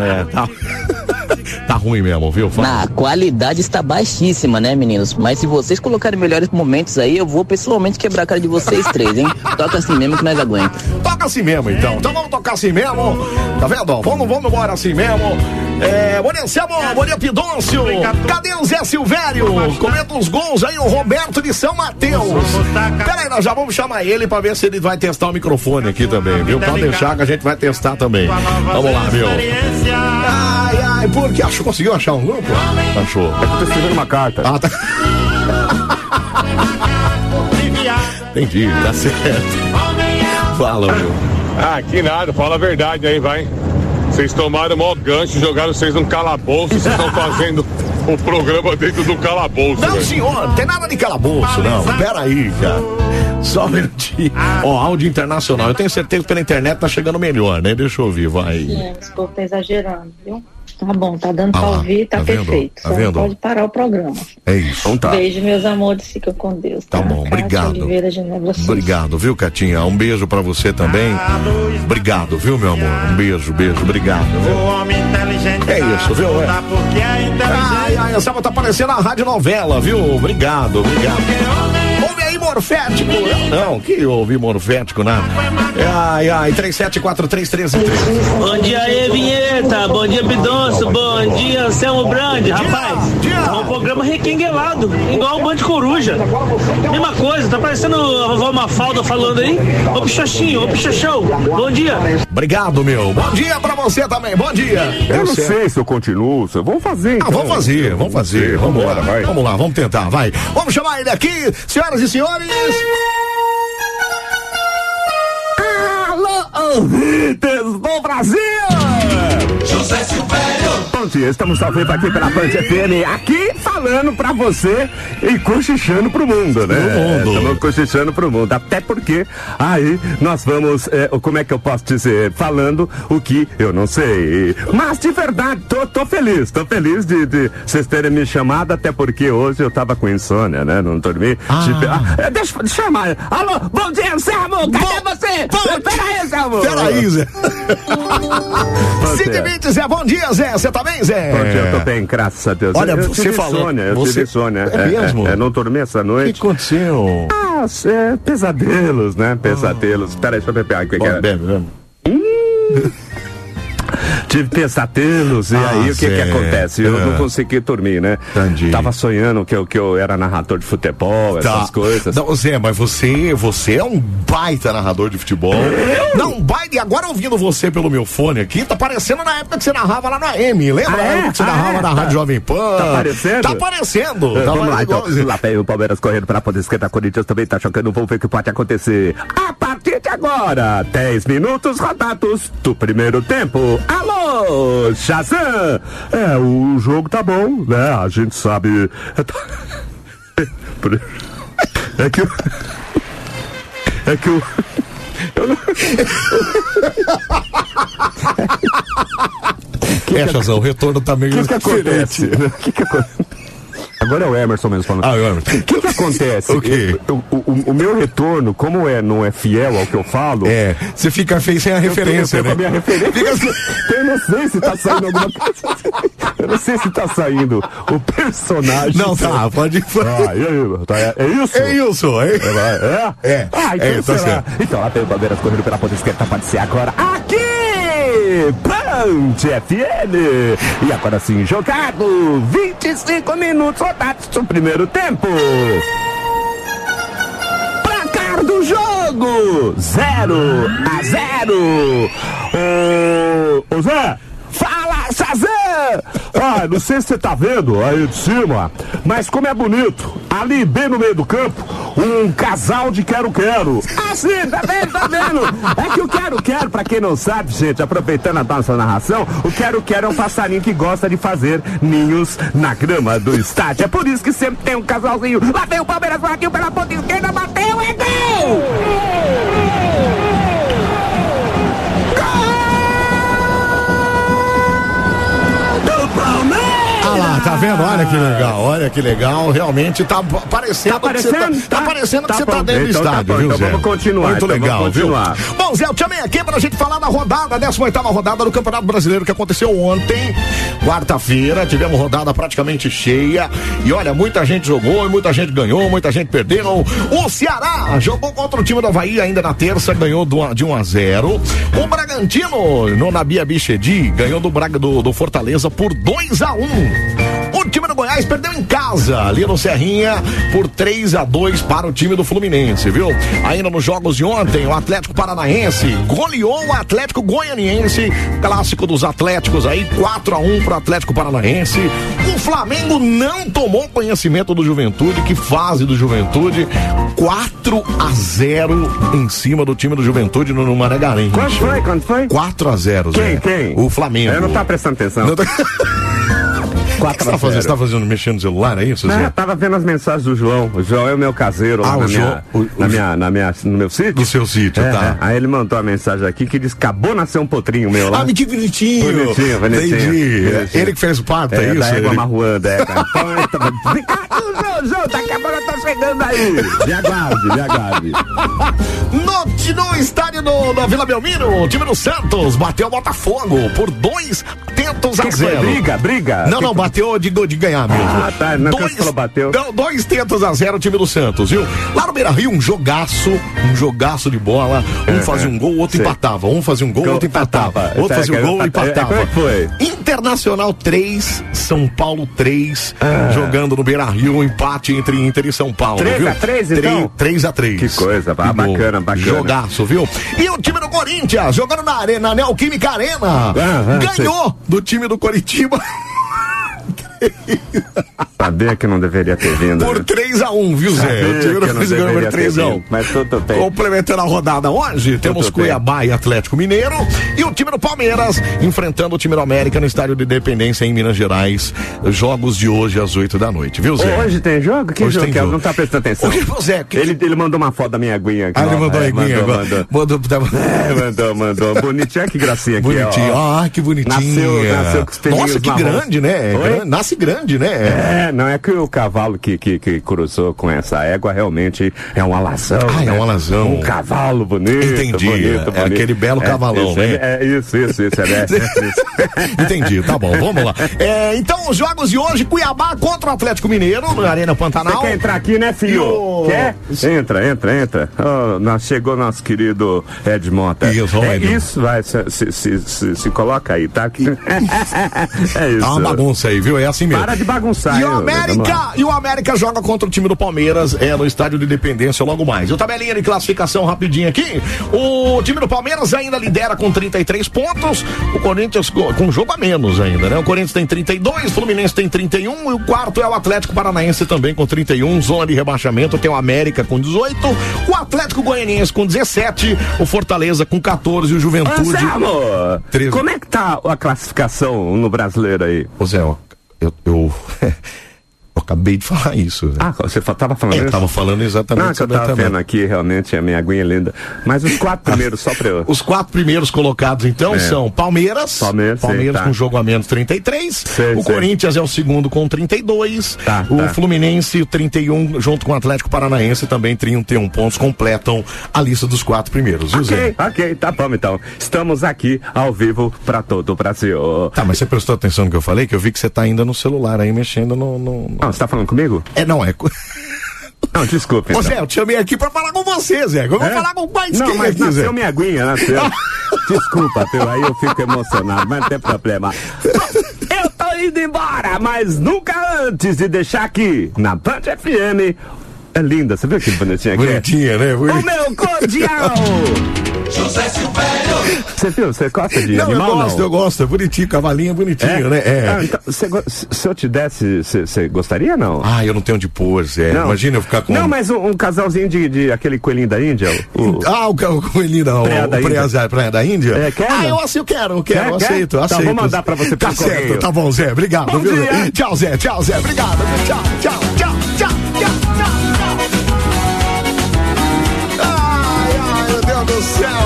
[SPEAKER 3] É, tá. (laughs) tá ruim mesmo, viu? Fala.
[SPEAKER 9] A qualidade está baixíssima, né, meninos? Mas se vocês colocarem melhores momentos aí, eu vou pessoalmente quebrar a cara de vocês três, hein? Toca assim mesmo que nós aguenta.
[SPEAKER 3] Toca assim mesmo, então. Então vamos tocar assim mesmo. Tá vendo? Vamos, vamos embora assim mesmo. É, bom dia, Anselmo. Bom dia, Pidôncio. Cadê o Zé Silvério? Comenta uns gols aí, o Roberto de São Mateus. Pera aí, nós já vamos chamar ele pra ver se ele vai testar o microfone aqui também, viu? Pode deixar que a gente vai testar também. Vamos lá, viu? Ai, ai, porque achou, conseguiu achar um grupo? Achou.
[SPEAKER 6] Tô escrevendo uma carta.
[SPEAKER 3] Ah, tá. (laughs) Entendi, tá certo. Fala, meu.
[SPEAKER 11] Ah, que nada, fala a verdade aí, vai. Vocês tomaram o maior gancho, jogaram vocês num calabouço, vocês estão fazendo o programa dentro do calabouço.
[SPEAKER 3] Não,
[SPEAKER 11] velho.
[SPEAKER 3] senhor, não tem nada de calabouço, não. Peraí, cara. Só um minutinho. Ó, áudio internacional. Eu tenho certeza que pela internet tá chegando melhor, né? Deixa eu ouvir, vai.
[SPEAKER 9] O povo tá exagerando, viu? Tá bom, tá dando
[SPEAKER 3] Ah
[SPEAKER 9] pra
[SPEAKER 3] lá,
[SPEAKER 9] ouvir, tá,
[SPEAKER 3] tá vendo?
[SPEAKER 9] perfeito.
[SPEAKER 3] Tá
[SPEAKER 9] Só
[SPEAKER 3] vendo?
[SPEAKER 9] pode parar o programa.
[SPEAKER 3] É isso. Então tá.
[SPEAKER 9] Beijo, meus amores, ficam com Deus.
[SPEAKER 3] Tá bom,
[SPEAKER 9] Cátia
[SPEAKER 3] obrigado.
[SPEAKER 9] Oliveira, Genebra, Sul.
[SPEAKER 3] Obrigado, viu, Catinha? Um beijo pra você também. Obrigado, viu, meu amor? Um beijo, beijo, obrigado. viu?
[SPEAKER 4] homem inteligente.
[SPEAKER 3] É isso, viu? É.
[SPEAKER 4] Porque é
[SPEAKER 3] Ai, ai, essa tá parecendo a rádio novela, viu? Obrigado, obrigado. Ouve aí, Morfético! Eu não, que ouvi Morfético, nada. É, Ai, ai, 374333.
[SPEAKER 9] Bom dia aí, Vinheta. Bom dia, Pidonço. Bom dia, Anselmo Brand. Rapaz, é um programa requenguelado, igual um bando de coruja. Mesma coisa, tá parecendo a vovó Mafalda falando aí. Ô, pichoxinho, ô, pichoxão. Bom dia.
[SPEAKER 3] Obrigado, meu. Bom dia pra você também, bom dia.
[SPEAKER 6] Eu não
[SPEAKER 12] é-
[SPEAKER 3] Deu certo.
[SPEAKER 6] sei se eu continuo, se eu vou fazer.
[SPEAKER 3] Ah,
[SPEAKER 8] então.
[SPEAKER 3] vamos fazer, vamos fazer. Vamos lá, vai. Vamos lá, vamos tentar, vai. Vamos chamar ele aqui, senhoras e senhores.
[SPEAKER 6] Alô, ouvintes do Brasil!
[SPEAKER 4] José Silvério.
[SPEAKER 6] Bom dia,
[SPEAKER 8] Estamos ao vivo aqui pela Band FM, aqui falando pra você e cochichando pro mundo, né?
[SPEAKER 13] Pro mundo.
[SPEAKER 8] Estamos cochichando pro mundo. Até porque aí nós vamos, é, como é que eu posso dizer? Falando o que eu não sei. Mas de verdade, tô, tô feliz, tô feliz de, de vocês terem me chamado, até porque hoje eu tava com insônia, né? Não dormi. Tipo, ah, é, deixa eu chamar. Alô, bom dia, Anselmo! Cadê você? Peraí, Anselmo!
[SPEAKER 3] Peraí, Zé.
[SPEAKER 8] Tá Zé.
[SPEAKER 3] Cid Bits, Zé, bom dia, Zé. Você tá bem, Zé?
[SPEAKER 8] Bom dia, eu tô bem, graças a Deus.
[SPEAKER 3] Olha,
[SPEAKER 8] eu
[SPEAKER 3] você
[SPEAKER 8] tive
[SPEAKER 3] falou-
[SPEAKER 8] Insônia, eu
[SPEAKER 3] você-
[SPEAKER 8] tive insônia.
[SPEAKER 3] É mesmo?
[SPEAKER 8] É, não dormi essa noite. O que
[SPEAKER 3] aconteceu?
[SPEAKER 8] Ah, é, pesadelos, né? Pesadelos. Peraí, deixa eu beber água. que era. Hum. Tive pesadelos, e
[SPEAKER 3] Ah,
[SPEAKER 8] aí o que que
[SPEAKER 3] certo.
[SPEAKER 8] acontece? Eu não
[SPEAKER 3] Ah.
[SPEAKER 8] consegui dormir, né? Tava sonhando que eu, que eu era narrador de futebol, essas
[SPEAKER 3] Tá.
[SPEAKER 8] coisas.
[SPEAKER 3] Não, Zé, mas você, você é um baita narrador de futebol. Não, um baita. E agora ouvindo você pelo meu fone aqui, tá parecendo na época que você narrava lá na M. Lembra
[SPEAKER 8] Ah,
[SPEAKER 3] na
[SPEAKER 8] é?
[SPEAKER 3] época que você
[SPEAKER 8] Ah,
[SPEAKER 3] narrava
[SPEAKER 8] é?
[SPEAKER 3] na
[SPEAKER 8] Tá.
[SPEAKER 3] Rádio Jovem Pan?
[SPEAKER 8] Tá aparecendo?
[SPEAKER 3] Tá aparecendo.
[SPEAKER 8] Eh,
[SPEAKER 3] Tá
[SPEAKER 8] Vamos lá, então.
[SPEAKER 3] igual-
[SPEAKER 8] Lá vem o Palmeiras correndo para a ponta esquerda. Corinthians também tá chocando. Vamos ver o que pode acontecer. A partir de agora, 10 minutos rodados do primeiro tempo. Alô, Shazam! É, o jogo tá bom, né? A gente sabe. tá- (laughs) É que. o- É que o. Eu não...
[SPEAKER 3] É, Chazão, o retorno tá meio
[SPEAKER 8] O que, que acontece? O que que aco- (laughs) Agora é o Emerson mesmo falando.
[SPEAKER 3] Ah, o Emerson.
[SPEAKER 8] O que, que acontece?
[SPEAKER 3] (laughs) O quê?
[SPEAKER 8] Eu- o, o- o meu retorno, como é, não é fiel ao que eu falo. É,
[SPEAKER 3] você fica feio sem a referência,
[SPEAKER 8] eu perco a
[SPEAKER 3] né?
[SPEAKER 8] minha referência. (laughs) Eu não sei se tá saindo alguma coisa.
[SPEAKER 3] (laughs)
[SPEAKER 8] Eu não sei se tá saindo o personagem.
[SPEAKER 3] Não, tá, pode-
[SPEAKER 8] Ah, e aí, tá, é, é isso?
[SPEAKER 3] É isso, é.
[SPEAKER 8] É?
[SPEAKER 3] É.
[SPEAKER 8] Ah, então
[SPEAKER 3] É, tá
[SPEAKER 8] será.
[SPEAKER 3] certo.
[SPEAKER 8] Então, lá tem o Palmeiras correndo pela ponta esquerda, pode ser agora. Aqui! Ponte FM! E agora sim, jogado! 25 minutos rodados do primeiro tempo! Placar do jogo! 0 a 0! Ô, ô Zé! Fala, Shazam! Ah, não sei se você tá vendo aí de cima, mas como é bonito, ali bem no meio do campo, um casal de quero-quero. Ah, sim, tá vendo, tá vendo? É que o quero-quero, pra quem não sabe, gente, aproveitando a nossa narração, o quero-quero é um passarinho que gosta de fazer ninhos na grama do estádio. É por isso que sempre tem um casalzinho. Lá vem o Palmeiras, bateu pela ponta esquerda, bateu, é gol!
[SPEAKER 3] Ah lá, tá vendo? Olha que legal, olha que legal. Realmente tá pa- parecendo
[SPEAKER 8] Tá
[SPEAKER 3] que você tá,
[SPEAKER 8] parecendo?
[SPEAKER 3] tá
[SPEAKER 8] Tá.
[SPEAKER 3] parecendo
[SPEAKER 8] Tá
[SPEAKER 3] que você
[SPEAKER 8] bom.
[SPEAKER 3] tá dentro do
[SPEAKER 8] Então tá
[SPEAKER 3] estádio,
[SPEAKER 8] bom,
[SPEAKER 3] viu,
[SPEAKER 8] então
[SPEAKER 3] Zé?
[SPEAKER 8] vamos continuar,
[SPEAKER 3] Muito
[SPEAKER 8] então vamos
[SPEAKER 3] legal,
[SPEAKER 8] continuar.
[SPEAKER 3] viu? Bom, Zé, eu te chamei aqui pra gente falar da rodada, né? 18 rodada do Campeonato Brasileiro que aconteceu ontem, quarta-feira. Tivemos rodada praticamente cheia. E olha, muita gente jogou, e muita gente ganhou, muita gente perdeu. O Ceará jogou contra o time do Havaí ainda na terça, ganhou do a- de 1 a 0. O Bragantino, no Nabia Bichedi, ganhou do, Braga, do, do Fortaleza por 2 a 1. O time do Goiás perdeu em casa, ali no Serrinha, por 3 a 2 para o time do Fluminense, viu? Ainda nos jogos de ontem, o Atlético Paranaense goleou o Atlético Goianiense, clássico dos Atléticos aí, 4 a 1 para o Atlético Paranaense. O Flamengo não tomou conhecimento do Juventude, que fase do Juventude, 4 a 0 em cima do time do Juventude no no Maré Garens.
[SPEAKER 8] Quanto foi? Quanto foi?
[SPEAKER 3] 4 a 0 Zé.
[SPEAKER 8] Quem, quem?
[SPEAKER 3] O Flamengo.
[SPEAKER 8] Eu não tá prestando atenção.
[SPEAKER 3] Não tá- O que que você tá fazendo? Você tá fazendo mexendo no celular, é isso,
[SPEAKER 8] Ah,
[SPEAKER 3] Zé?
[SPEAKER 8] tava vendo as mensagens do João. O João é o meu caseiro
[SPEAKER 3] Ah,
[SPEAKER 8] lá na,
[SPEAKER 3] o
[SPEAKER 8] minha,
[SPEAKER 3] João- o-
[SPEAKER 8] na,
[SPEAKER 3] o-
[SPEAKER 8] minha, na minha- no meu sítio.
[SPEAKER 3] No seu sítio,
[SPEAKER 8] É,
[SPEAKER 3] tá.
[SPEAKER 8] é. Aí ele mandou uma mensagem aqui que diz: acabou nascer um potrinho meu lá.
[SPEAKER 3] Ah, mas que bonitinho.
[SPEAKER 8] Bonitinho, bonitinho.
[SPEAKER 3] Entendi.
[SPEAKER 8] Bonitinho.
[SPEAKER 3] Ele que fez o parto, é,
[SPEAKER 8] É,
[SPEAKER 3] isso?
[SPEAKER 8] da égua
[SPEAKER 3] Ele-
[SPEAKER 8] marruanda,
[SPEAKER 3] (laughs)
[SPEAKER 8] é, cara. Vem cá, João, João, daqui a pouco eu tô chegando aí. Me aguarde, me aguarde.
[SPEAKER 3] Note no estádio do, da Vila Belmiro, o time do Santos bateu o Botafogo por dois tentos a
[SPEAKER 8] Que que foi?
[SPEAKER 3] zero.
[SPEAKER 8] Briga, briga?
[SPEAKER 3] Não,
[SPEAKER 8] Que
[SPEAKER 3] não,
[SPEAKER 8] que-
[SPEAKER 3] bateu de, go- de ganhar mesmo.
[SPEAKER 8] Ah, tá, não, que você falou bateu.
[SPEAKER 3] Não, dois tentos a zero o time do Santos, viu? Lá no Beira Rio, um jogaço, um jogaço de bola. Um
[SPEAKER 8] É,
[SPEAKER 3] fazia
[SPEAKER 8] é.
[SPEAKER 3] um gol, outro
[SPEAKER 8] Sei.
[SPEAKER 3] empatava. Um fazia um gol,
[SPEAKER 8] Gol,
[SPEAKER 3] outro empatava.
[SPEAKER 8] empatava.
[SPEAKER 3] Outro
[SPEAKER 8] Tá,
[SPEAKER 3] fazia um
[SPEAKER 8] cara,
[SPEAKER 3] gol,
[SPEAKER 8] empata- é,
[SPEAKER 3] empatava.
[SPEAKER 8] como é que foi?
[SPEAKER 3] Internacional 3, São Paulo 3,
[SPEAKER 8] Ah.
[SPEAKER 3] jogando no Beira Rio, um empate entre Inter e São Paulo.
[SPEAKER 8] 3 a 3, então?
[SPEAKER 3] 3 a 3
[SPEAKER 8] Que coisa,
[SPEAKER 3] Que bom.
[SPEAKER 8] bacana, bacana.
[SPEAKER 3] Jogaço, viu? E o time do Corinthians, jogando na Arena, na Neoquímica Arena,
[SPEAKER 8] Ah, ah,
[SPEAKER 3] ganhou do time do Coritiba.
[SPEAKER 8] Sabia que não deveria ter
[SPEAKER 3] (laughs)
[SPEAKER 8] vindo.
[SPEAKER 3] Por 3x1, viu, Zé?
[SPEAKER 8] Sabia
[SPEAKER 3] O Tigre
[SPEAKER 8] que não
[SPEAKER 3] fez ganhou por
[SPEAKER 8] deveria ter
[SPEAKER 3] 3x1.
[SPEAKER 8] vindo, Mas tudo bem.
[SPEAKER 3] Complementando a rodada hoje, temos
[SPEAKER 8] bem.
[SPEAKER 3] Cuiabá e Atlético Mineiro e o time do Palmeiras enfrentando o time do América no estádio de Independência em Minas Gerais. Jogos de hoje às 8 da noite, viu, Zé?
[SPEAKER 8] Hoje tem jogo? Que
[SPEAKER 3] Hoje
[SPEAKER 8] jogo
[SPEAKER 3] tem
[SPEAKER 8] que é?
[SPEAKER 3] jogo.
[SPEAKER 8] Não tá prestando atenção.
[SPEAKER 3] O que foi, Zé?
[SPEAKER 8] ele, ele mandou uma foto da minha aguinha aqui.
[SPEAKER 3] Ah, ele
[SPEAKER 8] ó.
[SPEAKER 3] mandou a
[SPEAKER 8] É,
[SPEAKER 3] aguinha agora.
[SPEAKER 8] Mandou.
[SPEAKER 3] Mandou, tá-
[SPEAKER 8] É, mandou, mandou. Bonitinho, olha que gracinha aqui.
[SPEAKER 3] Bonitinho,
[SPEAKER 8] ó.
[SPEAKER 3] ah, que bonitinho.
[SPEAKER 8] Nasceu, nasceu com os pelinhos
[SPEAKER 3] Nossa, que
[SPEAKER 8] marrons.
[SPEAKER 3] grande, né? É
[SPEAKER 8] Oi?
[SPEAKER 3] grande- Nasce grande, né?
[SPEAKER 8] É, não é que o cavalo que, que, que cruzou com essa égua realmente é um alazão.
[SPEAKER 3] Ah, é
[SPEAKER 8] né?
[SPEAKER 3] um alazão.
[SPEAKER 8] Um cavalo bonito.
[SPEAKER 3] Entendi,
[SPEAKER 8] bonito,
[SPEAKER 3] é
[SPEAKER 8] bonito.
[SPEAKER 3] aquele belo
[SPEAKER 8] É,
[SPEAKER 3] cavalão,
[SPEAKER 8] isso,
[SPEAKER 3] né?
[SPEAKER 8] É isso, isso, isso. É,
[SPEAKER 3] (laughs)
[SPEAKER 8] é, é, isso.
[SPEAKER 3] (laughs) Entendi, tá bom, vamos lá. É, então, os jogos de hoje, Cuiabá contra o Atlético Mineiro, na Arena Pantanal.
[SPEAKER 8] Você quer entrar aqui, né,
[SPEAKER 3] E
[SPEAKER 8] filho?
[SPEAKER 3] o-
[SPEAKER 8] Quer? Entra, entra, entra. Ó, nós- chegou nosso querido Ed Mota.
[SPEAKER 3] Isso,
[SPEAKER 8] é
[SPEAKER 3] Ed.
[SPEAKER 8] isso, vai, se, se, se, se- se coloca aí, tá? (laughs) é isso.
[SPEAKER 3] Tá uma bagunça aí, viu? É assim mesmo.
[SPEAKER 8] Para de bagunçar,
[SPEAKER 3] E o
[SPEAKER 8] hein, vamos
[SPEAKER 3] América,
[SPEAKER 8] lá.
[SPEAKER 3] e o América joga contra o time do Palmeiras é, no estádio de Independência logo mais. O tabelinha de classificação rapidinho aqui. O time do Palmeiras ainda lidera com 33 pontos. O Corinthians co- com um jogo a menos ainda, né? O Corinthians tem 32, o Fluminense tem 31 e o quarto é o Atlético Paranaense também com 31, zona de rebaixamento, tem o América com 18, o Atlético Goianiense com 17, o Fortaleza com 14 e o Juventude.
[SPEAKER 8] Anselmo,
[SPEAKER 3] Treze.
[SPEAKER 8] como é que tá a classificação no brasileiro aí?
[SPEAKER 3] Ô Zé, ó, eu, eu, (laughs) eu acabei de falar isso, né?
[SPEAKER 8] Ah, você fa- tava falando
[SPEAKER 3] É,
[SPEAKER 8] isso?
[SPEAKER 3] tava falando exatamente
[SPEAKER 8] Não, que eu
[SPEAKER 3] sobre
[SPEAKER 8] tava
[SPEAKER 3] também.
[SPEAKER 8] vendo aqui, realmente, a minha aguinha é linda. Mas os (laughs) quatro primeiros, só pra eu...
[SPEAKER 3] Os quatro primeiros colocados, então,
[SPEAKER 8] É.
[SPEAKER 3] são Palmeiras.
[SPEAKER 8] Palmeiras, sim, tá.
[SPEAKER 3] com jogo a menos 33.
[SPEAKER 8] Sei,
[SPEAKER 3] o
[SPEAKER 8] sei.
[SPEAKER 3] Corinthians é o segundo com 32.
[SPEAKER 8] Tá,
[SPEAKER 3] o
[SPEAKER 8] tá.
[SPEAKER 3] Fluminense, o 31, junto com o Atlético Paranaense, também 31 pontos, completam a lista dos quatro primeiros. viu, Zé?
[SPEAKER 8] Ok, ok, tá bom então. Estamos aqui ao vivo pra todo o Brasil.
[SPEAKER 3] Tá, mas você prestou atenção no que eu falei? Que eu vi que você tá ainda no celular aí, mexendo no... no-
[SPEAKER 8] Não, você tá falando comigo?
[SPEAKER 3] É, não, é... co-
[SPEAKER 8] Não, desculpe.
[SPEAKER 3] (laughs) Ô,
[SPEAKER 8] então.
[SPEAKER 3] Zé, eu te chamei aqui pra falar com você, Zé. Eu vou
[SPEAKER 8] É?
[SPEAKER 3] falar com mais
[SPEAKER 8] Não,
[SPEAKER 3] quem
[SPEAKER 8] mas
[SPEAKER 3] aqui, Zé?
[SPEAKER 8] nasceu minha aguinha, nasceu. (laughs) Desculpa, teu, aí eu fico emocionado, mas não tem problema. Eu tô indo embora, mas nunca antes de deixar aqui na Band FM. É linda, você viu que bonitinha aqui? é?
[SPEAKER 3] Bonitinha, né?
[SPEAKER 8] O meu cordial! Você viu? Você gosta de
[SPEAKER 3] Não, eu
[SPEAKER 8] animal ou
[SPEAKER 3] gosto,
[SPEAKER 8] não?
[SPEAKER 3] eu gosto. É bonitinho, cavalinho é bonitinho, né? É.
[SPEAKER 8] Ah, então, você go- se, se eu te desse, você- você gostaria ou não?
[SPEAKER 3] Ah, eu não tenho onde pôr, Zé.
[SPEAKER 8] não?
[SPEAKER 3] Imagina eu ficar com.
[SPEAKER 8] Não, mas um, um casalzinho de, de aquele coelhinho da Índia. o- o-
[SPEAKER 3] Ah, o, ca- o coelhinho da, o,
[SPEAKER 8] Praia da
[SPEAKER 3] o
[SPEAKER 8] Índia.
[SPEAKER 3] praia, praia da Índia?
[SPEAKER 8] É, quer,
[SPEAKER 3] Ah,
[SPEAKER 8] não?
[SPEAKER 3] eu, assim, eu quero, eu quero,
[SPEAKER 8] Quer,
[SPEAKER 3] eu
[SPEAKER 8] quer?
[SPEAKER 3] aceito, eu
[SPEAKER 8] Tá,
[SPEAKER 3] aceito.
[SPEAKER 8] vou mandar pra você
[SPEAKER 3] Tá
[SPEAKER 8] pelo
[SPEAKER 3] certo,
[SPEAKER 8] correio.
[SPEAKER 3] tá bom, Zé, obrigado.
[SPEAKER 8] Bom
[SPEAKER 3] viu?
[SPEAKER 8] dia.
[SPEAKER 3] Tchau, Zé, tchau, Zé, obrigado. Tchau, tchau, tchau, tchau, tchau, tchau, tchau. Ai, ai, meu Deus do céu.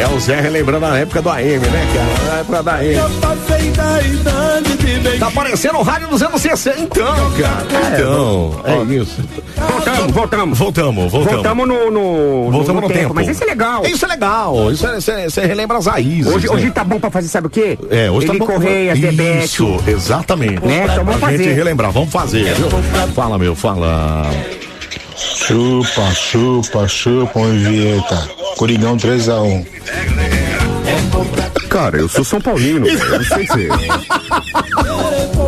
[SPEAKER 3] É o Zé relembrando a época do AM, né, cara? Na época da AM. Tá parecendo o rádio dos anos 60, então, cara. Então, é isso.
[SPEAKER 8] Voltamos, voltamos.
[SPEAKER 3] Voltamos, voltamos.
[SPEAKER 8] Voltamos no, no,
[SPEAKER 3] Voltamos no tempo.
[SPEAKER 8] Mas isso é legal.
[SPEAKER 3] Isso é legal. Isso é, isso é- isso é- relembra as raízes.
[SPEAKER 8] Hoje,
[SPEAKER 3] né?
[SPEAKER 8] hoje tá bom pra fazer, sabe o quê?
[SPEAKER 3] É, hoje
[SPEAKER 8] Ele
[SPEAKER 3] tá bom.
[SPEAKER 8] Correia, Zebete.
[SPEAKER 3] Isso, exatamente.
[SPEAKER 8] Né, então vamos
[SPEAKER 3] Pra gente
[SPEAKER 8] fazer. É.
[SPEAKER 3] relembrar, vamos fazer. viu? Fala, meu, fala.
[SPEAKER 14] Chupa, chupa, chupa, um Vieta. Coringão 3x1.
[SPEAKER 8] Cara, eu sou São Paulino, velho, eu não sei se.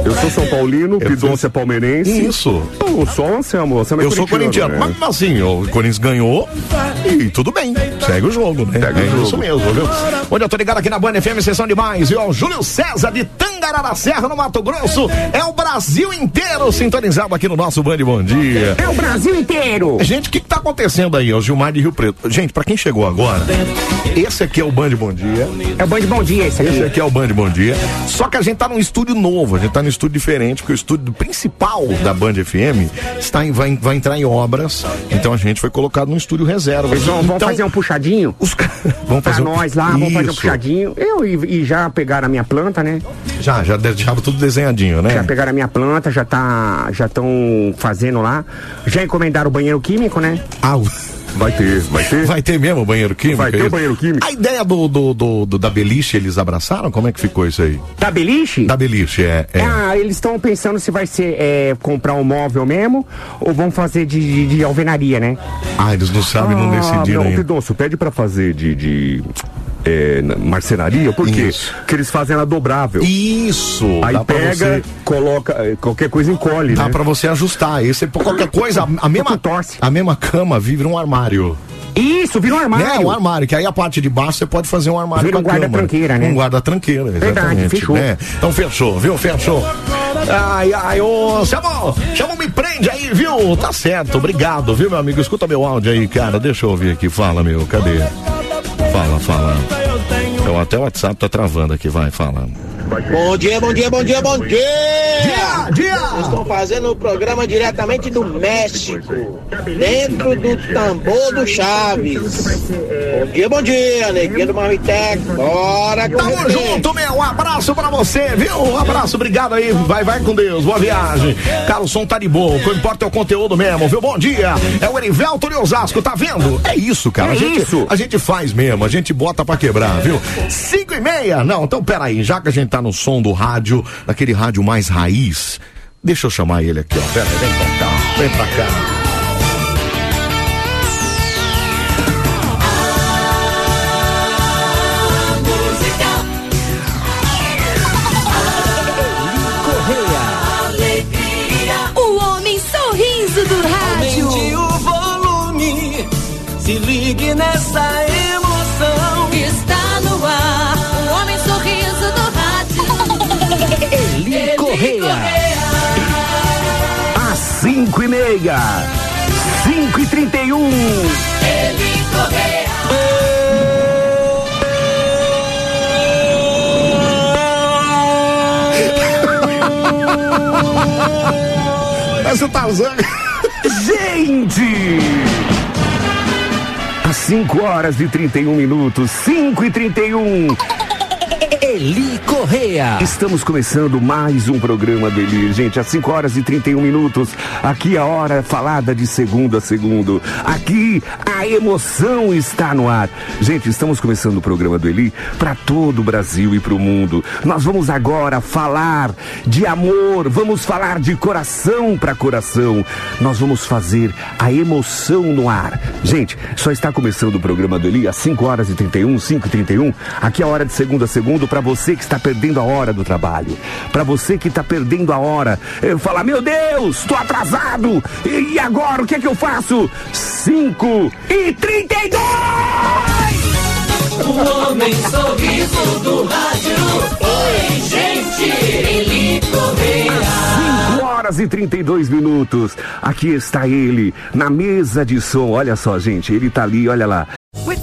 [SPEAKER 8] Eu sou São Paulino, Pidonça é palmeirense.
[SPEAKER 3] Isso.
[SPEAKER 8] Eu sou o Anselmo, o Anselmo é
[SPEAKER 3] Eu sou corintiano, mas
[SPEAKER 8] né?
[SPEAKER 3] mesmo assim, o Corinthians ganhou e tudo bem. Segue o jogo, né?
[SPEAKER 8] Segue
[SPEAKER 3] é
[SPEAKER 8] o jogo.
[SPEAKER 3] isso mesmo, viu? Onde eu tô ligado aqui na Band FM, sessão demais, viu? O Júlio César de Tangará da Serra, no Mato Grosso. É o Brasil inteiro sintonizado aqui no nosso Band Bom Dia.
[SPEAKER 8] É o Brasil inteiro!
[SPEAKER 3] Gente, o que, que tá acontecendo aí? É o Gilmar de Rio Preto. Gente, pra quem chegou agora, esse aqui é o Band Bom Dia.
[SPEAKER 8] É o Band Bom Dia esse
[SPEAKER 3] Esse
[SPEAKER 8] aqui.
[SPEAKER 3] aqui é o Band Bom Dia. Só que a gente tá num estúdio novo, a gente tá num estúdio diferente, porque o estúdio principal da Band FM está em- vai, vai entrar em obras. Então a gente foi colocado num estúdio reserva.
[SPEAKER 8] Eles vão, vão
[SPEAKER 3] Então,
[SPEAKER 8] fazer um puxadinho
[SPEAKER 3] os
[SPEAKER 8] (laughs)
[SPEAKER 3] ca- vamos
[SPEAKER 8] pra
[SPEAKER 3] fazer um-
[SPEAKER 8] nós lá, vamos fazer um
[SPEAKER 3] Isso.
[SPEAKER 8] puxadinho. Eu e, e já pegaram a minha planta, né?
[SPEAKER 3] Já, já deixava tudo desenhadinho, né?
[SPEAKER 8] Já pegaram a minha planta, já tá. Já estão fazendo lá. Já encomendaram o banheiro químico, né?
[SPEAKER 3] Ah, o- (laughs)
[SPEAKER 8] Vai ter, vai ter.
[SPEAKER 3] vai ter mesmo o banheiro químico?
[SPEAKER 8] Vai ter
[SPEAKER 3] é isso?
[SPEAKER 8] o banheiro químico.
[SPEAKER 3] A ideia do, do, do- do- da beliche, eles abraçaram? Como é que ficou isso aí?
[SPEAKER 8] Tá beliche?
[SPEAKER 3] Da beliche, é. é.
[SPEAKER 8] Ah, eles estão pensando se vai ser é, comprar um móvel mesmo ou vão fazer de, de- de alvenaria, né?
[SPEAKER 3] Ah, eles não sabem, não decidiram
[SPEAKER 8] não,
[SPEAKER 3] ainda.
[SPEAKER 8] Pidonço, pede pra fazer de. de é, na- marcenaria, por quê?
[SPEAKER 3] Isso.
[SPEAKER 8] Porque eles fazem ela dobrável.
[SPEAKER 3] Isso!
[SPEAKER 8] Aí
[SPEAKER 3] dá pra
[SPEAKER 8] pega,
[SPEAKER 3] você-
[SPEAKER 8] coloca, eh, qualquer coisa encolhe.
[SPEAKER 3] Dá
[SPEAKER 8] né?
[SPEAKER 3] pra você ajustar. Esse, qualquer coisa, a, a mesma
[SPEAKER 8] torce.
[SPEAKER 3] a mesma cama vira um armário. Isso, vira um armário. É, um armário, que aí a parte de baixo você pode fazer um armário
[SPEAKER 15] Vira um
[SPEAKER 3] com a cama.
[SPEAKER 15] guarda-tranqueira, né?
[SPEAKER 3] Um guarda-tranqueira,
[SPEAKER 15] Verdade,
[SPEAKER 3] exatamente.
[SPEAKER 15] fechou.
[SPEAKER 3] né? Então fechou, viu? Fechou. Ai, ai, ô, Samuel, Samuel me prende aí, viu? Tá certo, obrigado, viu, meu amigo? Escuta meu áudio aí, cara, deixa eu ouvir aqui, fala, meu, cadê? Fala, fala. Então até o WhatsApp tá travando aqui, vai, fala.
[SPEAKER 12] Bom dia, bom dia, bom dia, bom dia! Dia, dia! Estou fazendo o programa diretamente do México, dentro do tambor do Chaves. Bom dia, bom dia, neguinho do Marmitec, bora
[SPEAKER 3] Tamo junto, meu. Um abraço pra você, viu? Um abraço, obrigado aí. Vai, vai com Deus. Boa viagem. Cara, o som tá de boa. O que importa é o conteúdo mesmo, viu? Bom dia. É o Erivelto de Osasco, tá vendo? É isso, cara. a,
[SPEAKER 15] É
[SPEAKER 3] gente,
[SPEAKER 15] isso.
[SPEAKER 3] a gente faz mesmo. A gente bota pra quebrar, viu? Cinco e meia. Não, então peraí. Já que a gente tá no som do rádio, daquele rádio mais raiz, deixa eu chamar ele aqui, ó. Pera aí, vem pra cá. Vem pra cá.
[SPEAKER 16] O Um homem sorriso do rádio.
[SPEAKER 17] Aumente o volume, se ligue nessa emoção.
[SPEAKER 16] Está no ar, o homem sorriso do rádio. Eli
[SPEAKER 17] Correia.
[SPEAKER 8] Às 5 e meia. 5 e 31.
[SPEAKER 3] Parece o Tarzan.
[SPEAKER 8] Gente! Às 5 horas e 31 minutos, 5 e 31. Eli Correia. Estamos começando mais um programa do Eli, gente, às 5 horas e 31 minutos. Aqui a hora falada de segundo a segundo. Aqui a emoção está no ar. Gente, estamos começando o programa do Eli para todo o Brasil e para o mundo. Nós vamos agora falar de amor, vamos falar de coração para coração. Nós vamos fazer a emoção no ar. Gente, só está começando o programa do Eli às 5 horas e 31, 5 e 31. Aqui é a hora de segunda a segundo para você que está perdendo a hora do trabalho. Para você que está perdendo a hora. Eu falar, meu Deus, tô atrasado. E e agora, o que é que eu faço? 5 e 32!
[SPEAKER 17] O homem sorriso do rádio. Oi, gente, ele correia.
[SPEAKER 8] 5 horas e 32 minutos. Aqui está ele, na mesa de som. Olha só, gente, ele tá ali, olha lá.
[SPEAKER 18] With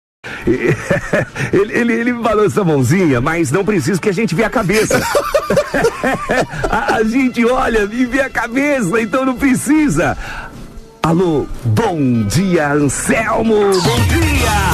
[SPEAKER 8] E- (laughs) ele, ele, ele balança a mãozinha, mas não precisa que a gente vê a cabeça. (laughs) a, a gente olha e vê a cabeça, então não precisa. Alô, bom dia, Anselmo! Bom dia!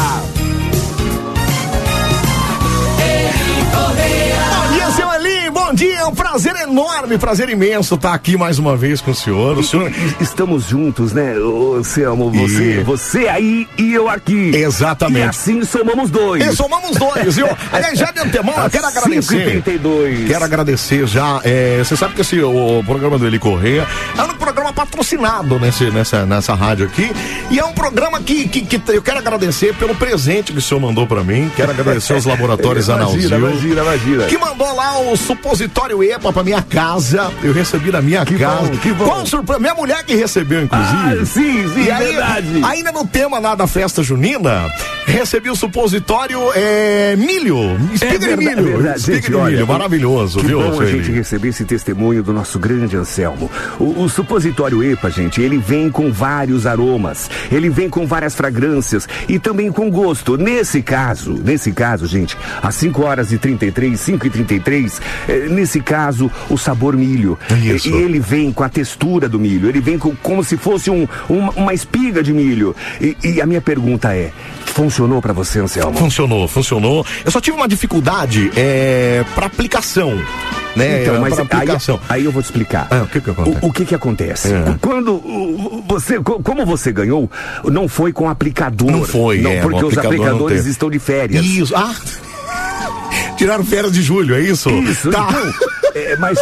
[SPEAKER 3] Bom dia, seu Eli, bom dia, é um prazer enorme, prazer imenso estar aqui mais uma vez com o senhor. O senhor...
[SPEAKER 8] Estamos juntos, né, ô, Anselmo? Você,
[SPEAKER 3] E-
[SPEAKER 8] você aí e eu aqui.
[SPEAKER 3] Exatamente.
[SPEAKER 8] E assim somamos dois.
[SPEAKER 3] E somamos dois, viu? Aliás, já de antemão, eu quero
[SPEAKER 8] Às
[SPEAKER 3] agradecer.
[SPEAKER 8] 5h32.
[SPEAKER 3] Quero agradecer já. é, Você sabe que esse, o, o programa do Eli Correia é um programa patrocinado nesse, nessa, nessa rádio aqui. E é um programa que, que, que eu quero agradecer pelo presente que o senhor mandou pra mim. Quero agradecer aos laboratórios
[SPEAKER 8] (laughs) Imagina,
[SPEAKER 3] Analzio.
[SPEAKER 8] imagina, imagina.
[SPEAKER 3] Que mandou lá o supositório EPA pra minha casa. Eu recebi na minha casa.
[SPEAKER 8] bom, que bom.
[SPEAKER 3] Com surpresa. Minha mulher que recebeu, inclusive.
[SPEAKER 8] Ah, sim, sim,
[SPEAKER 3] e aí,
[SPEAKER 8] verdade.
[SPEAKER 3] Ainda no tema lá da festa junina, recebi o supositório é, milho. Espiga
[SPEAKER 8] É
[SPEAKER 3] de
[SPEAKER 8] verdade,
[SPEAKER 3] milho.
[SPEAKER 8] é verdade.
[SPEAKER 3] espiga
[SPEAKER 8] Gente,
[SPEAKER 3] de
[SPEAKER 8] olha,
[SPEAKER 3] milho.
[SPEAKER 8] que-
[SPEAKER 3] Maravilhoso,
[SPEAKER 8] que
[SPEAKER 3] viu,
[SPEAKER 8] bom a
[SPEAKER 3] Sueli?
[SPEAKER 8] gente receber esse testemunho do nosso grande Anselmo. O, o supositório EPA, gente, ele vem com vários aromas, ele vem com várias fragrâncias e também com gosto. Nesse caso, nesse caso, gente, às 5 horas e 33, 5 e 33, eh, nesse caso, o sabor milho.
[SPEAKER 3] É Isso.
[SPEAKER 8] E, e ele vem com a textura do milho, ele vem com, como se fosse um, um- uma espiga de milho. E, e a minha pergunta é, funcionou pra você, Anselmo?
[SPEAKER 3] Funcionou, funcionou. Eu só tive uma dificuldade é, para aplicação. Né?
[SPEAKER 8] Então, mas
[SPEAKER 3] pra
[SPEAKER 8] aí-
[SPEAKER 3] aplicação.
[SPEAKER 8] Aí, eu vou te explicar.
[SPEAKER 3] Ah, o que que acontece?
[SPEAKER 8] O, o que que acontece?
[SPEAKER 3] É.
[SPEAKER 8] Quando uh, você, co- como você ganhou, não foi com aplicador.
[SPEAKER 3] Não foi,
[SPEAKER 8] não,
[SPEAKER 3] é,
[SPEAKER 8] porque
[SPEAKER 3] o
[SPEAKER 8] os
[SPEAKER 3] aplicador não
[SPEAKER 8] aplicadores
[SPEAKER 3] teve.
[SPEAKER 8] estão de férias.
[SPEAKER 3] Isso, ah. (laughs) Tiraram férias de julho, é isso?
[SPEAKER 8] Isso, então, é, mas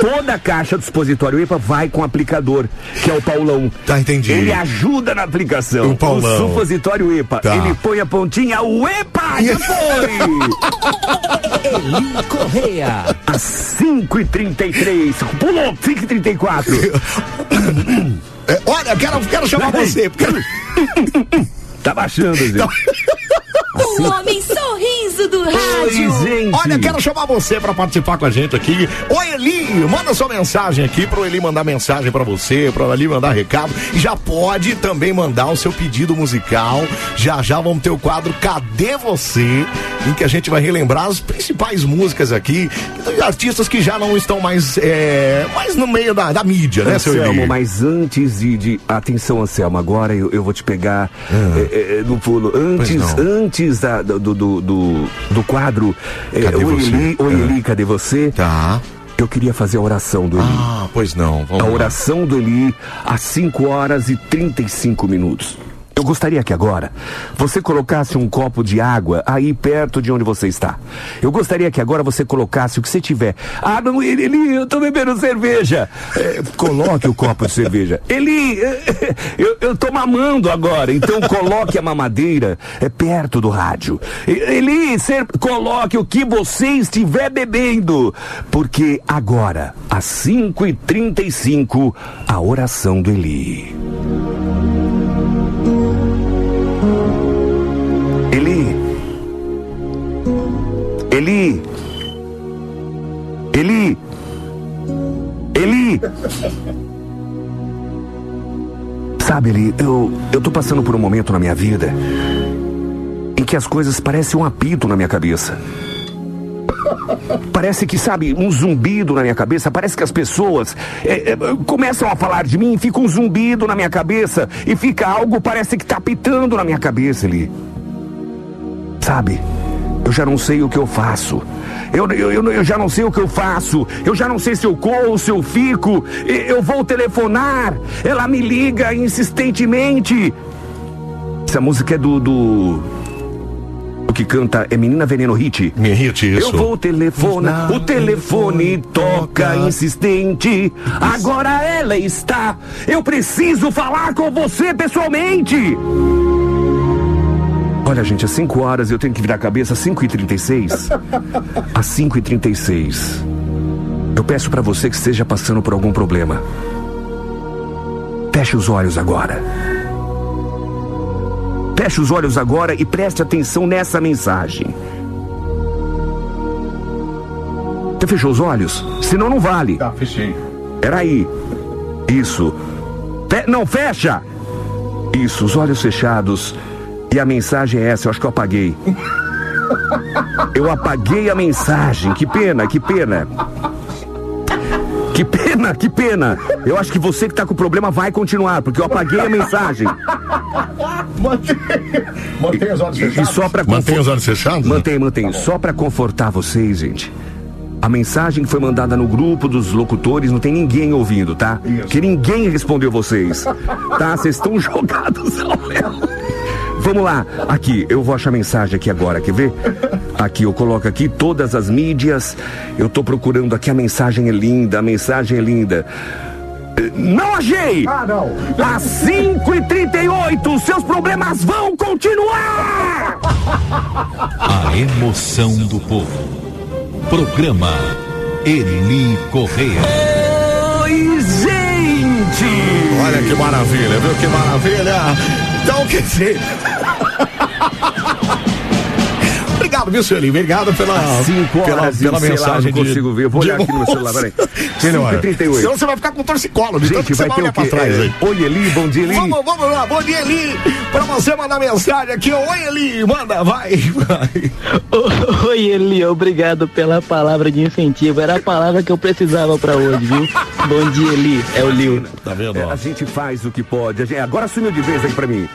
[SPEAKER 8] toda a caixa do expositório IPA vai com aplicador, que é o Paulão.
[SPEAKER 3] Tá, entendi.
[SPEAKER 8] Ele ajuda na aplicação.
[SPEAKER 3] O Paulão.
[SPEAKER 8] O supositório IPA.
[SPEAKER 3] Tá.
[SPEAKER 8] Ele põe a pontinha, o EPA já foi! Eli Correia. Às 5h33. Pulou, 5h34.
[SPEAKER 3] É, olha, eu quero, quero chamar você. Porque...
[SPEAKER 8] Tá baixando, gente.
[SPEAKER 16] O Um homem sorriso do rádio.
[SPEAKER 3] Olha, quero chamar você para participar com a gente aqui. Oi, Eli, manda sua mensagem aqui pro Eli mandar mensagem para você, pro Eli mandar recado. E já pode também mandar o seu pedido musical. Já já vamos ter o quadro Cadê Você? Em que a gente vai relembrar as principais músicas aqui dos artistas que já não estão mais, é, mais no meio da, da mídia, né, seu
[SPEAKER 8] Anselmo,
[SPEAKER 3] Eli?
[SPEAKER 8] mas antes de, de- Atenção, Anselmo, agora eu, eu vou te pegar eh, eh, no pulo. Antes, antes da- do, do, do, do quadro. eh,
[SPEAKER 3] Cadê
[SPEAKER 8] Oi,
[SPEAKER 3] você?
[SPEAKER 8] Eli, oi,
[SPEAKER 3] É.
[SPEAKER 8] Eli, cadê você?
[SPEAKER 3] Tá.
[SPEAKER 8] Eu queria fazer a oração do Eli.
[SPEAKER 3] Ah, pois não. Vamos
[SPEAKER 8] a
[SPEAKER 3] lá.
[SPEAKER 8] oração do Eli às 5 horas e 35 minutos. Eu gostaria que agora você colocasse um copo de água aí perto de onde você está. Eu gostaria que agora você colocasse o que você tiver. Ah, não, Eli, Eli, eu tô bebendo cerveja. É, coloque o copo de cerveja. Eli, eh, (laughs) eu, eu tô mamando agora, então coloque a mamadeira é, perto do rádio. E- Eli, ser- coloque o que você estiver bebendo, porque agora, às 5h35, a oração do Eli. Eli. Eli. Eli. Eli. Sabe, Eli, eu, eu tô passando por um momento na minha vida em que as coisas parecem um apito na minha cabeça. Parece que, sabe, um zumbido na minha cabeça. Parece que as pessoas é, é, começam a falar de mim e fica um zumbido na minha cabeça. E fica algo, parece que tá pitando na minha cabeça, Eli. Sabe? Eu já não sei o que eu faço. Eu, eu, eu, eu já não sei o que eu faço. Eu já não sei se eu corro, se eu fico. E- Eu vou telefonar. Ela me liga insistentemente. Essa música é do. do... O que canta é Menina Veneno Hit.
[SPEAKER 3] Me irrite isso.
[SPEAKER 8] Eu vou telefonar. O telefone toca insistente. Agora ela está. Eu preciso falar com você pessoalmente. Olha, gente, às 5 horas eu tenho que virar a cabeça às 5h36. Às 5h36. Eu peço pra você que esteja passando por algum problema. Feche os olhos agora. Feche os olhos agora e preste atenção nessa mensagem. Você fechou os olhos? Senão não vale. Tá, fechei. Peraí. Isso. Fe- não, fecha! Isso, os olhos fechados. E a mensagem é essa, eu acho que eu (laughs) apaguei. Eu apaguei a mensagem. Que pena, que pena. Que pena, que pena. Eu acho que você que tá com problema vai continuar, porque eu apaguei a mensagem. (laughs)
[SPEAKER 3] Mantenha os olhos
[SPEAKER 8] E- E só pra
[SPEAKER 3] Mantém
[SPEAKER 8] confort-
[SPEAKER 3] os olhos fechados?
[SPEAKER 8] Mantém, mantém. Só pra confortar vocês, gente. A mensagem que foi mandada no grupo dos locutores não tem ninguém ouvindo, tá? Que ninguém respondeu vocês. tá? Vocês estão (laughs) jogados ao léu. Vamos lá, aqui, eu vou achar a mensagem aqui agora, quer ver? Aqui, eu coloco aqui todas as mídias. Eu tô procurando aqui, a mensagem é linda, a mensagem é linda. Eh, Não achei! Ah, não! Às 5h38, seus problemas vão continuar!
[SPEAKER 15] A emoção do povo. Programa Eli Correia.
[SPEAKER 8] Oi, gente!
[SPEAKER 3] Olha que maravilha, viu? Que maravilha! Então, quer
[SPEAKER 8] (laughs)
[SPEAKER 3] dizer. Obrigado, viu, senhor Eli? Obrigado pela,
[SPEAKER 8] Cinco
[SPEAKER 3] pela,
[SPEAKER 8] horas e,
[SPEAKER 3] pela
[SPEAKER 8] sei lá,
[SPEAKER 3] mensagem.
[SPEAKER 8] não consigo ver. Eu vou olhar aqui no meu celular, peraí.
[SPEAKER 3] (laughs) Senhor,
[SPEAKER 8] 5h38.
[SPEAKER 3] senão você vai ficar com torcicolo, de tanto
[SPEAKER 8] Gente,
[SPEAKER 3] que
[SPEAKER 8] vai
[SPEAKER 3] você
[SPEAKER 8] ter o
[SPEAKER 3] olhar
[SPEAKER 8] quê?
[SPEAKER 3] pra trás.
[SPEAKER 8] É,
[SPEAKER 3] aí.
[SPEAKER 8] Oi, Eli, bom dia, Eli.
[SPEAKER 3] Vamos, vamos lá, bom dia, Eli! Pra você mandar mensagem aqui, oi, Eli! Manda, (laughs) vai!
[SPEAKER 9] Oi,
[SPEAKER 19] aí, Eli. Obrigado pela palavra de incentivo. Era a palavra que eu precisava pra hoje, viu? Bom dia, Eli. É o Lil.
[SPEAKER 8] Tá vendo? a gente faz o que pode. A gente- agora sumiu de vez aqui pra mim.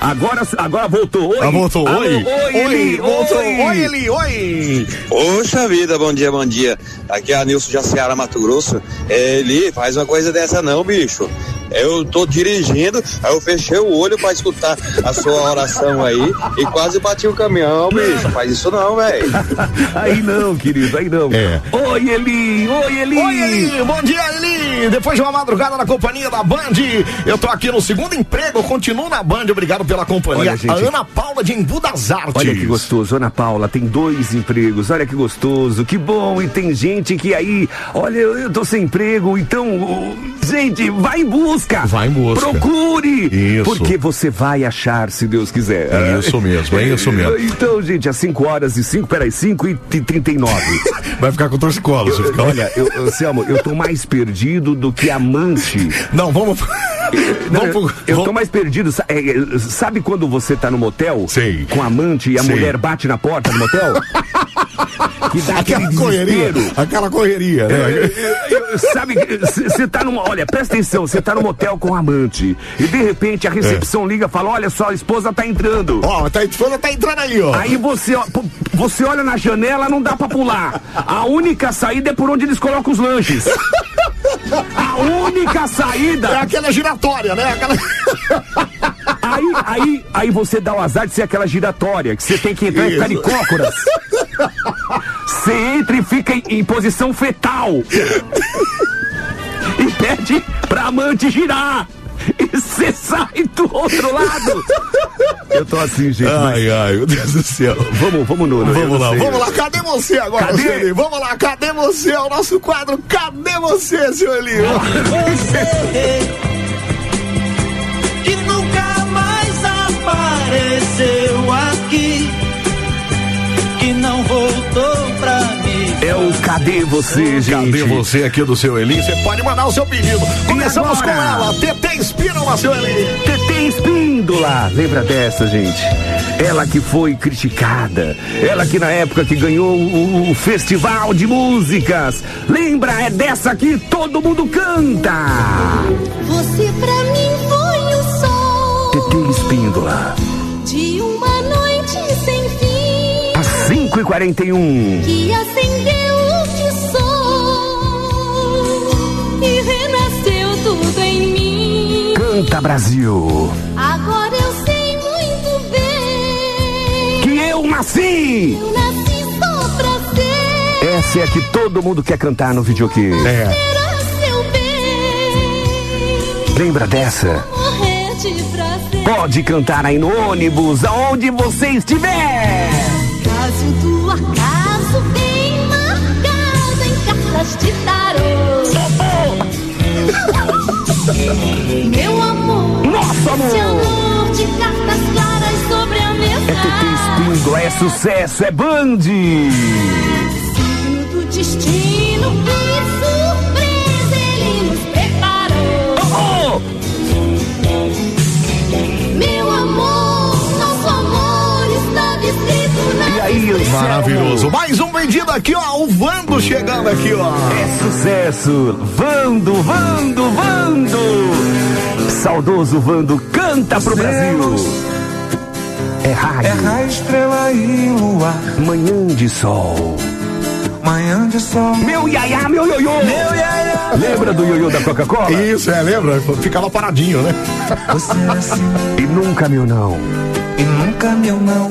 [SPEAKER 8] Agora, agora voltou. Oi.
[SPEAKER 20] Ah, voltou.
[SPEAKER 8] Alô,
[SPEAKER 20] Oi.
[SPEAKER 8] Oi,
[SPEAKER 20] Oi,
[SPEAKER 8] Eli.
[SPEAKER 20] voltou.
[SPEAKER 8] Oi,
[SPEAKER 20] Oi,
[SPEAKER 8] Eli. Oi.
[SPEAKER 20] Poxa vida, bom dia, bom dia. Aqui é a Nilson Jaciara Mato Grosso. Ele faz uma coisa dessa não, bicho. Eu tô dirigindo, aí eu fechei o olho pra escutar a sua oração aí e quase bati o caminhão, bicho. Faz isso não, velho.
[SPEAKER 8] Aí não, querido, aí não. É. Oi, Eli. Oi, Eli.
[SPEAKER 3] Oi, Eli. Bom dia, Eli. Depois de uma madrugada na companhia da Band, eu tô aqui no segundo emprego, eu continuo na Band. Obrigado pela companhia.
[SPEAKER 8] Olha, gente.
[SPEAKER 3] a Ana Paula de Embu das Artes.
[SPEAKER 8] Olha que gostoso, Ana Paula, tem dois empregos, olha que gostoso, que bom, e tem gente que aí, olha, eu eu tô sem emprego, então, ô, gente, vai em busca. Vai em busca. Procure.
[SPEAKER 3] Isso.
[SPEAKER 8] Porque você vai achar, se Deus quiser.
[SPEAKER 20] É isso
[SPEAKER 3] mesmo, é isso mesmo.
[SPEAKER 8] (laughs) Então, gente, às 5 horas e 5, peraí, 5 e 39.
[SPEAKER 20] Vai ficar com torcicolo,
[SPEAKER 8] você ficar. Olha, eu, eu, Selmo, eu tô mais perdido do que amante.
[SPEAKER 20] Não, vamos.
[SPEAKER 8] Não, eu, eu tô mais perdido. sa- é, é, Sabe quando você tá no motel com amante e a
[SPEAKER 3] Sei.
[SPEAKER 8] mulher bate na porta do
[SPEAKER 3] (laughs)
[SPEAKER 8] motel? Que dá
[SPEAKER 3] Aquela
[SPEAKER 8] aquele
[SPEAKER 3] correria,
[SPEAKER 8] desespero.
[SPEAKER 20] Aquela correria,
[SPEAKER 3] né?
[SPEAKER 8] Eu- Sabe, você tá numa. Olha, presta atenção, você tá no motel com um amante. E de repente a recepção liga e fala: Olha só, a esposa tá entrando.
[SPEAKER 3] É. Ó, a esposa tá entrando aí, ó.
[SPEAKER 8] Aí você, ó, pu- você olha na janela, não dá pra pular. A única saída é por onde eles colocam os lanches. A única saída.
[SPEAKER 3] É aquela giratória, né?
[SPEAKER 8] (laughs)
[SPEAKER 3] Aquela.
[SPEAKER 8] Aí, aí, aí você dá o azar de ser aquela giratória, que você tem que entrar e ficar de
[SPEAKER 3] Isso.
[SPEAKER 8] cócoras. Você entra e fica em, em posição fetal. E pede pra amante girar. E você sai do outro lado. Eu tô assim, gente.
[SPEAKER 20] Ai, ai, meu Deus do céu.
[SPEAKER 8] Vamos, vamos, Nuno. eu não
[SPEAKER 3] Vamos lá,
[SPEAKER 8] sei.
[SPEAKER 3] vamos lá, cadê você agora,
[SPEAKER 8] Cadê?
[SPEAKER 3] seu Eli? Vamos lá, cadê você? É o nosso quadro, cadê você, seu Eli?
[SPEAKER 17] que nunca mais apareceu aqui, que não voltou pra mim.
[SPEAKER 8] É o Cadê Você, gente?
[SPEAKER 20] Cadê você aqui do seu Eli?
[SPEAKER 3] Você pode mandar o seu pedido. Começamos com ela, TT Espínola, seu Eli.
[SPEAKER 8] TT Espíndola, lembra dessa, gente? Ela que foi criticada, ela que na época que ganhou o, o Festival de Músicas, lembra? É dessa que todo mundo canta!
[SPEAKER 7] Você pra mim foi o sol
[SPEAKER 8] TT Espíndola,
[SPEAKER 7] de uma noite sem fim
[SPEAKER 8] às 5h41.
[SPEAKER 7] que acendeu o sol e renasceu tudo em mim.
[SPEAKER 8] Canta Brasil,
[SPEAKER 7] Agora eu sei muito bem
[SPEAKER 8] que eu nasci!
[SPEAKER 7] eu nasci só pra ser
[SPEAKER 8] Essa é a que todo mundo quer cantar no videokê. É.
[SPEAKER 7] seu bem,
[SPEAKER 8] Lembra dessa?
[SPEAKER 7] morrer de prazer.
[SPEAKER 8] Pode cantar aí no ônibus, aonde você estiver!
[SPEAKER 7] Caso do acaso bem marcado em cartas de tarô. Meu amor,
[SPEAKER 8] Nosso amor.
[SPEAKER 7] esse amor de cartas claras sobre a
[SPEAKER 8] É TT
[SPEAKER 7] mesa.
[SPEAKER 8] Espíndola, é sucesso, é Band!
[SPEAKER 7] Filho do destino que surpresa ele nos preparou. Meu amor, nosso amor estava escrito na
[SPEAKER 8] E aí, Anselmo?
[SPEAKER 3] Maravilhoso. Mais um vendido aqui, ó. O Vando chegando aqui, ó.
[SPEAKER 8] É sucesso! Vando, Vando, Vando! Saudoso Vando, canta pro Brasil! É raio. É raio, estrela e lua. Manhã de sol. Manhã de sol. Meu iaiá, meu ioiô! Meu iaiá! Lembra do ioiô da Coca-Cola?
[SPEAKER 3] Isso, é, lembra? Ficava paradinho, né?
[SPEAKER 8] E nunca meu não.
[SPEAKER 17] é assim, E nunca meu não.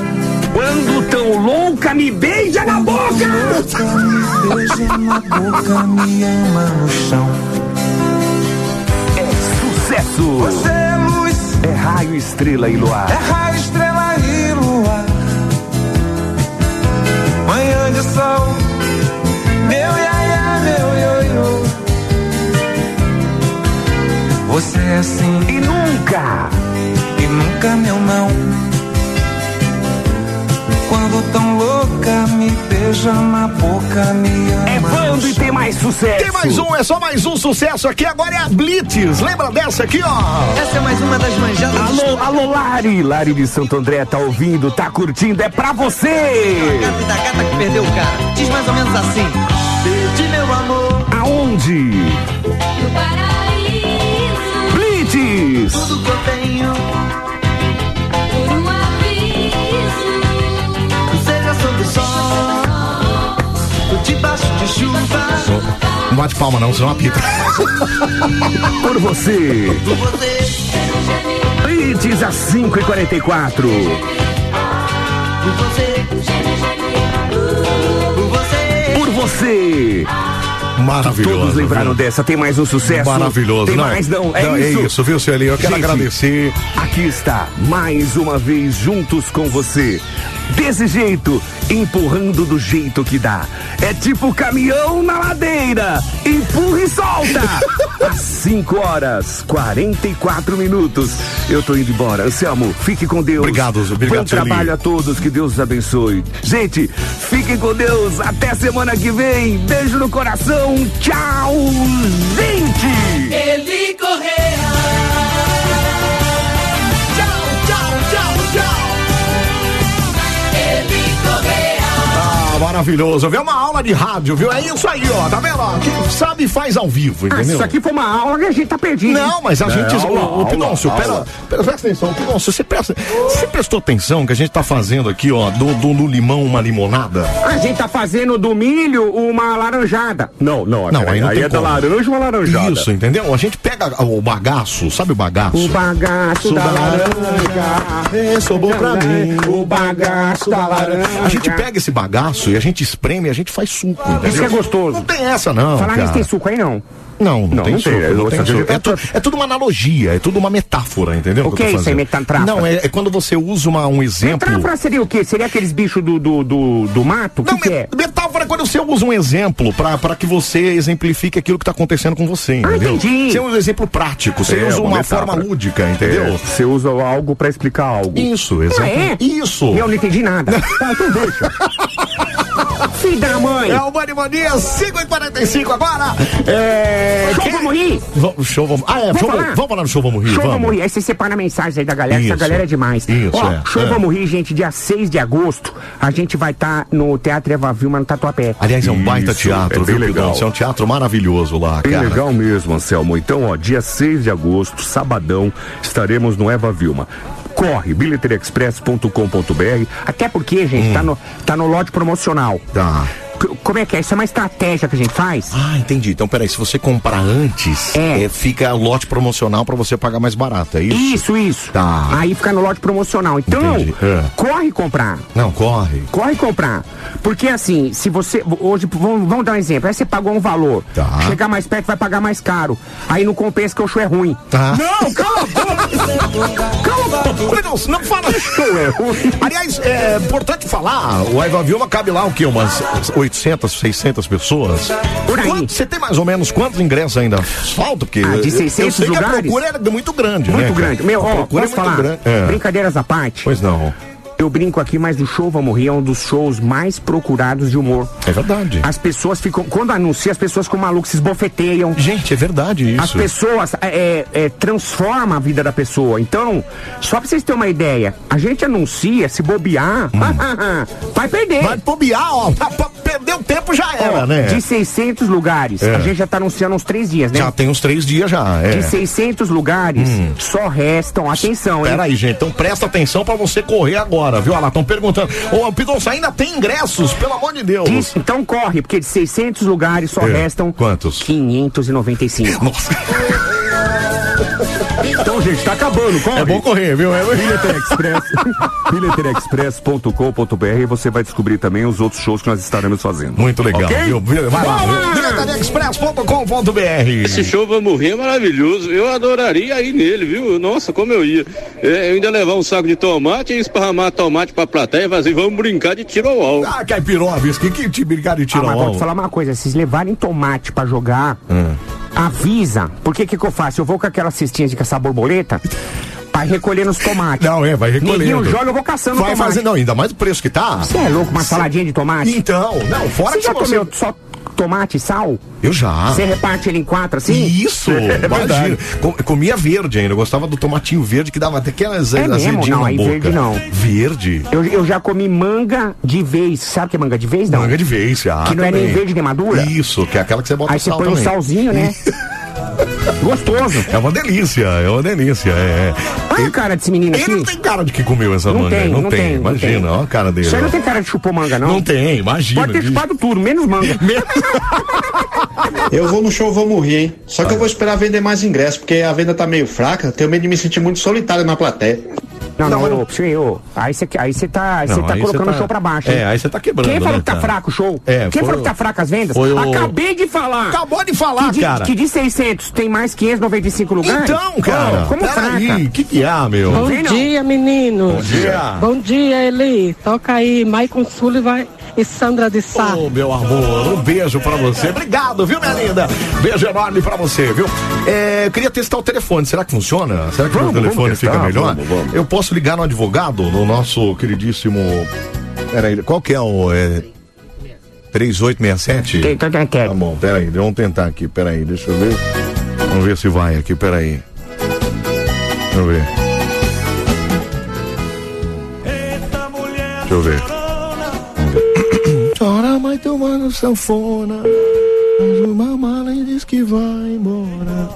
[SPEAKER 8] Quando tão louca, me beija na boca!
[SPEAKER 17] Me beija na boca, me ama no chão.
[SPEAKER 8] É Sucesso!
[SPEAKER 17] Você é luz,
[SPEAKER 8] É raio, estrela e luar.
[SPEAKER 17] é raio, estrela e lua. Manhã de sol, então, meu iaia, meu ioiô. Você é assim
[SPEAKER 8] E nunca!
[SPEAKER 17] e nunca meu não. Quando tão louca me beija.
[SPEAKER 7] beija na boca, me ama.
[SPEAKER 8] É bando e tem mais sucesso.
[SPEAKER 3] Tem mais um, é só mais um sucesso aqui. Agora é a Blitz. Lembra dessa aqui, ó?
[SPEAKER 7] Essa é mais uma das manjadas.
[SPEAKER 8] Alô, alô, Lari. Lari de Santo André tá ouvindo, tá curtindo, é pra você.
[SPEAKER 7] Gato da gata que perdeu o cara. Diz mais ou menos assim. Perdi meu amor.
[SPEAKER 8] Aonde? Blitz.
[SPEAKER 7] Tudo que eu tenho. Por um aviso. Seja sob o sol. ou Debaixo de chuva.
[SPEAKER 8] um
[SPEAKER 3] Não bate palma, não, senão apita.
[SPEAKER 8] Por você. Blitz às 5h44.
[SPEAKER 7] Por você. Por você.
[SPEAKER 8] Por você.
[SPEAKER 3] Maravilhoso.
[SPEAKER 8] Todos lembraram
[SPEAKER 3] Tá viu?
[SPEAKER 8] dessa, tem mais um sucesso.
[SPEAKER 3] Maravilhoso,
[SPEAKER 8] Tem
[SPEAKER 3] não.
[SPEAKER 8] mais, não. É,
[SPEAKER 3] Não, é
[SPEAKER 8] isso.
[SPEAKER 3] isso, viu, Celinho? Eu quero agradecer.
[SPEAKER 8] Aqui está, mais uma vez, juntos com você. Desse jeito, empurrando do jeito que dá. É tipo caminhão na ladeira. Empurra e
[SPEAKER 3] (laughs)
[SPEAKER 8] solta. Às 5 horas, 44 minutos. Eu tô indo embora. Anselmo, fique com Deus.
[SPEAKER 3] Obrigado, Zé. Obrigado,
[SPEAKER 8] Bom
[SPEAKER 3] Celinho.
[SPEAKER 8] trabalho a todos. Que Deus os abençoe. Gente, fiquem com Deus. Até semana que vem. Beijo no coração. Tchau, gente.
[SPEAKER 7] Ele Correa. Tchau, tchau, tchau, tchau. Ele Correa.
[SPEAKER 3] Ah, maravilhoso, viu? É uma aula de rádio, viu? É isso aí, ó. Tá vendo? ó? Quem sabe faz ao vivo,
[SPEAKER 8] Ah,
[SPEAKER 3] entendeu?
[SPEAKER 8] isso aqui foi uma aula que a gente tá perdido. hein?
[SPEAKER 3] Não, mas a
[SPEAKER 8] É,
[SPEAKER 3] gente.
[SPEAKER 8] aula,
[SPEAKER 3] o o
[SPEAKER 8] aula,
[SPEAKER 3] Pinóncio,
[SPEAKER 8] aula.
[SPEAKER 3] pera, pera, presta atenção, Pinóncio, você, presta, você prestou atenção que a gente tá fazendo aqui, ó, do, do, do limão uma limonada?
[SPEAKER 8] A gente tá fazendo do milho uma laranjada. Não, não,
[SPEAKER 3] Não,
[SPEAKER 8] peraí,
[SPEAKER 3] aí não tem
[SPEAKER 8] é da
[SPEAKER 3] como.
[SPEAKER 8] laranja uma laranjada.
[SPEAKER 3] Isso, entendeu? A gente pega o bagaço, sabe o bagaço? É,
[SPEAKER 8] O bagaço da laranja sobrou
[SPEAKER 3] pra mim.
[SPEAKER 8] O bagaço da laranja.
[SPEAKER 3] A gente pega esse bagaço e a gente espreme e a gente faz suco. Entendeu?
[SPEAKER 8] Isso que é gostoso.
[SPEAKER 3] Não tem essa, não.
[SPEAKER 8] Falar
[SPEAKER 3] cara.
[SPEAKER 8] nisso tem suco aí não.
[SPEAKER 3] Não, não,
[SPEAKER 8] Não,
[SPEAKER 3] tem
[SPEAKER 8] não
[SPEAKER 3] suco.
[SPEAKER 8] tem.
[SPEAKER 3] não tem
[SPEAKER 8] Outra coisa
[SPEAKER 3] suco.
[SPEAKER 8] que
[SPEAKER 3] É,
[SPEAKER 8] tá-
[SPEAKER 3] tu- é tudo uma analogia, é tudo uma metáfora, entendeu?
[SPEAKER 8] O que
[SPEAKER 3] eu tô
[SPEAKER 8] é isso aí,
[SPEAKER 3] fazendo?
[SPEAKER 8] metáfora?
[SPEAKER 3] Não, é, é quando você usa uma, um exemplo.
[SPEAKER 8] Metáfora seria o quê? Seria aqueles bichos do, do, do, do mato? O que, que é?
[SPEAKER 3] Metáfora é quando você usa um exemplo pra pra que você exemplifique aquilo que tá acontecendo com você, entendeu?
[SPEAKER 8] Ah, entendi.
[SPEAKER 3] Você usa um exemplo prático, você
[SPEAKER 8] É,
[SPEAKER 3] usa
[SPEAKER 8] uma
[SPEAKER 3] uma,
[SPEAKER 8] metáfora.
[SPEAKER 3] forma lúdica, entendeu?
[SPEAKER 8] É, Você usa algo pra explicar algo.
[SPEAKER 3] Isso,
[SPEAKER 8] Ah,
[SPEAKER 3] exato.
[SPEAKER 8] é?
[SPEAKER 3] Isso.
[SPEAKER 8] Eu não
[SPEAKER 3] (laughs)
[SPEAKER 8] entendi nada. tá, então deixa. Filho da mãe.
[SPEAKER 3] É o Bani Mania, 5h45 agora. É.
[SPEAKER 8] Show, vamos rir?
[SPEAKER 3] Vamos, show, vamos. Ah, é,
[SPEAKER 8] Vamos
[SPEAKER 3] show,
[SPEAKER 8] falar?
[SPEAKER 3] vamos lá no show, vamos rir.
[SPEAKER 8] Show
[SPEAKER 3] vamos.
[SPEAKER 8] Vamos Rir. Aí você separa a mensagem aí da galera,
[SPEAKER 3] Isso.
[SPEAKER 8] essa galera é demais.
[SPEAKER 3] Isso,
[SPEAKER 8] Ó,
[SPEAKER 3] é.
[SPEAKER 8] Show
[SPEAKER 3] É.
[SPEAKER 8] Vamos Rir, gente, dia 6 de agosto, a gente vai estar no Teatro Eva Vilma, no Tatuapé.
[SPEAKER 3] Aliás, é um baita
[SPEAKER 8] Isso,
[SPEAKER 3] teatro,
[SPEAKER 8] é bem
[SPEAKER 3] viu,
[SPEAKER 8] legal.
[SPEAKER 3] Pidão? Isso É um teatro maravilhoso lá,
[SPEAKER 8] Bem
[SPEAKER 3] cara.
[SPEAKER 8] legal mesmo, Anselmo. Então, ó, dia 6 de agosto, sabadão, estaremos no Eva Vilma. Corre, bilheteriaexpress.com.br. Até porque, gente, tá, no, tá no lote promocional.
[SPEAKER 3] Hum. Tá.
[SPEAKER 8] C- Como é que é? Isso é uma estratégia que a gente faz?
[SPEAKER 3] Ah, entendi. Então, peraí, se você comprar antes,
[SPEAKER 8] É.
[SPEAKER 3] é, fica lote promocional pra você pagar mais barato, é isso?
[SPEAKER 8] Isso, isso.
[SPEAKER 3] Tá.
[SPEAKER 8] Aí fica no lote promocional. Então,
[SPEAKER 3] Entendi. É.
[SPEAKER 8] corre comprar.
[SPEAKER 3] Não, corre.
[SPEAKER 8] Corre comprar. Porque assim, se você. Hoje, vamos, vamos dar um exemplo. Aí você pagou um valor.
[SPEAKER 3] Tá.
[SPEAKER 8] Chegar mais perto, vai pagar mais caro. Aí não compensa que o show é ruim.
[SPEAKER 3] Tá.
[SPEAKER 8] Não, cala a boca! cala a boca!
[SPEAKER 3] Não, não fala.
[SPEAKER 8] Show é ruim.
[SPEAKER 3] Aliás, é importante falar, o Aiva Vilma cabe lá o quê? Umas 800, 600 pessoas?
[SPEAKER 8] Por aí.
[SPEAKER 3] Quanto- Você tem mais ou menos quantos ingressos ainda falta? Porque
[SPEAKER 8] Ah, de
[SPEAKER 3] eu-
[SPEAKER 8] 600
[SPEAKER 3] eu sei que a
[SPEAKER 8] lugares?
[SPEAKER 3] procura é muito grande, né?
[SPEAKER 8] Muito
[SPEAKER 3] cara?
[SPEAKER 8] grande. Meu,
[SPEAKER 3] a
[SPEAKER 8] ó,
[SPEAKER 3] procura é muito
[SPEAKER 8] posso falar?
[SPEAKER 3] grande. É.
[SPEAKER 8] Brincadeiras à parte.
[SPEAKER 3] Pois não.
[SPEAKER 8] Eu brinco aqui, mas o show Vamos Rir é um dos shows mais procurados de humor.
[SPEAKER 3] É verdade.
[SPEAKER 8] As pessoas ficam. Quando anuncia, as pessoas ficam malucas, se esbofeteiam.
[SPEAKER 3] Gente, é verdade isso.
[SPEAKER 8] As pessoas é, é, é, transforma a vida da pessoa. Então, só pra vocês terem uma ideia, a gente anuncia, se bobear, (laughs) vai perder.
[SPEAKER 3] Hum. Vai bobear, ó. pra- pra Perder o tempo já era,
[SPEAKER 8] Ó,
[SPEAKER 3] né?
[SPEAKER 8] De 600 lugares,
[SPEAKER 3] É.
[SPEAKER 8] a gente já tá anunciando uns três dias, né?
[SPEAKER 3] Já tem uns três dias já. É. Hum.
[SPEAKER 8] De 600 lugares, só restam, atenção, hein?
[SPEAKER 3] Peraí, gente, então presta atenção pra você correr agora, viu? Olha lá, estão perguntando. Ô, Pidonça, ainda tem ingressos, pelo amor de Deus.
[SPEAKER 8] Diz- então corre, porque de 600 lugares só
[SPEAKER 3] É.
[SPEAKER 8] restam
[SPEAKER 3] Quantos? (laughs)
[SPEAKER 8] 595.
[SPEAKER 3] Nossa,
[SPEAKER 8] (laughs) Então, gente, tá acabando, corre.
[SPEAKER 3] é bom correr, viu? É-
[SPEAKER 21] Bilheterexpress. Bilheterexpress.com.br você vai descobrir também os outros shows que nós estaremos fazendo.
[SPEAKER 3] Muito legal,
[SPEAKER 21] Ok?
[SPEAKER 3] viu? Vai lá, viu?
[SPEAKER 6] Esse
[SPEAKER 3] Diretoria.com.br.
[SPEAKER 6] show Vamos Rir é maravilhoso. Eu adoraria ir nele, viu? Nossa, como eu ia. É, eu ainda levar um saco de tomate e esparramar tomate pra plateia e fazer, vamos brincar de tiro ao alvo.
[SPEAKER 3] Ah, Caipiroves, que, que te brincar de
[SPEAKER 8] Ah,
[SPEAKER 3] tirar
[SPEAKER 8] mas
[SPEAKER 3] o
[SPEAKER 8] vou te falar uma coisa, se vocês levarem tomate pra
[SPEAKER 3] Hum.
[SPEAKER 8] jogar, avisa. Porque que que eu faço? Eu vou com aquelas cestinhas de caçar borboleta, Vai recolhendo os tomates.
[SPEAKER 3] Não, é, vai recolhendo.
[SPEAKER 8] Neguinho joga, eu vou caçando
[SPEAKER 3] Vai
[SPEAKER 8] tomate.
[SPEAKER 3] fazer, não, ainda mais o preço que tá.
[SPEAKER 8] Você é louco, uma
[SPEAKER 3] Cê-
[SPEAKER 8] saladinha de tomate?
[SPEAKER 3] Então, não, fora
[SPEAKER 8] Você
[SPEAKER 3] que
[SPEAKER 8] já
[SPEAKER 3] você- Ah.
[SPEAKER 8] comeu só tomate e sal?
[SPEAKER 3] Eu já.
[SPEAKER 8] Você reparte ele em quatro assim?
[SPEAKER 3] Isso,
[SPEAKER 8] É
[SPEAKER 3] imagina.
[SPEAKER 8] verdade.
[SPEAKER 3] Com- Comia verde ainda, eu gostava do tomatinho verde que dava até aquelas
[SPEAKER 8] É mesmo?
[SPEAKER 3] azedinho
[SPEAKER 8] Não,
[SPEAKER 3] na
[SPEAKER 8] aí
[SPEAKER 3] boca.
[SPEAKER 8] verde não.
[SPEAKER 3] Verde?
[SPEAKER 8] Eu, eu já comi manga de vez. Sabe o que é manga de vez? Não.
[SPEAKER 3] Manga de vez, já.
[SPEAKER 8] Que não é nem
[SPEAKER 3] também.
[SPEAKER 8] verde nem madura?
[SPEAKER 3] Isso, que é aquela que você bota
[SPEAKER 8] Aí
[SPEAKER 3] o
[SPEAKER 8] você
[SPEAKER 3] sal
[SPEAKER 8] põe um
[SPEAKER 3] também. (laughs)
[SPEAKER 8] salzinho, né? Gostoso.
[SPEAKER 3] É uma delícia, é uma delícia, é.
[SPEAKER 8] Olha a cara desse menino
[SPEAKER 3] Ele
[SPEAKER 8] aqui.
[SPEAKER 3] não tem cara de que comeu essa
[SPEAKER 8] Ah, assim? Não
[SPEAKER 3] manga,
[SPEAKER 8] tem,
[SPEAKER 3] não,
[SPEAKER 8] não
[SPEAKER 3] tem,
[SPEAKER 8] tem, não
[SPEAKER 3] imagina,
[SPEAKER 8] tem.
[SPEAKER 3] olha a cara dele.
[SPEAKER 8] Isso aí não
[SPEAKER 3] ó.
[SPEAKER 8] tem cara de chupou manga, não?
[SPEAKER 3] Não tem, imagina.
[SPEAKER 8] Pode ter chupado tudo, menos manga.
[SPEAKER 3] (laughs)
[SPEAKER 22] Eu vou no show, vou morrer, hein? Só que eu vou esperar vender mais ingressos, porque a venda tá meio fraca. Tenho medo de me sentir muito solitário na plateia.
[SPEAKER 8] Não, não, ô, Psi, ô, aí você aí você tá, aí
[SPEAKER 22] Não,
[SPEAKER 8] você tá
[SPEAKER 22] aí
[SPEAKER 8] colocando
[SPEAKER 22] você tá-
[SPEAKER 8] o show pra baixo. hein?
[SPEAKER 3] É, aí você tá quebrando,
[SPEAKER 8] Quem falou
[SPEAKER 3] né,
[SPEAKER 8] que tá
[SPEAKER 3] cara?
[SPEAKER 8] fraco o show?
[SPEAKER 3] É,
[SPEAKER 8] Quem
[SPEAKER 3] foi
[SPEAKER 8] falou que
[SPEAKER 3] o-
[SPEAKER 8] tá fraco as vendas?
[SPEAKER 3] foi o-
[SPEAKER 8] Acabei de falar.
[SPEAKER 3] Acabou de falar,
[SPEAKER 8] que de,
[SPEAKER 3] cara.
[SPEAKER 8] Que de 600 tem mais 595 lugares?
[SPEAKER 3] Então, cara,
[SPEAKER 8] Ô, Como fraca?
[SPEAKER 3] peraí, o que que há, meu?
[SPEAKER 23] Bom dia, meninos.
[SPEAKER 3] Bom dia.
[SPEAKER 23] Bom dia, Eli. Toca aí, Maicon Sullivan e Sandra de Sá.
[SPEAKER 3] Ô, meu amor, um beijo pra você. Obrigado, viu, minha linda? Beijo enorme pra você, viu? É, eu queria testar o telefone. Será que funciona? Será que o
[SPEAKER 24] Vamos,
[SPEAKER 3] meu telefone
[SPEAKER 24] vamos testar,
[SPEAKER 3] fica melhor?
[SPEAKER 24] vamos, vamos.
[SPEAKER 3] Eu posso ligar no advogado, no nosso queridíssimo. Peraí, qual que é o. É... 3867? Tá bom, peraí, vamos tentar aqui, peraí, deixa eu ver. Vamos ver se vai aqui, peraí. Deixa eu ver. Deixa eu ver. (coughs)
[SPEAKER 25] Chora, mas tomando sanfona. Faz uma mala e diz que vai embora.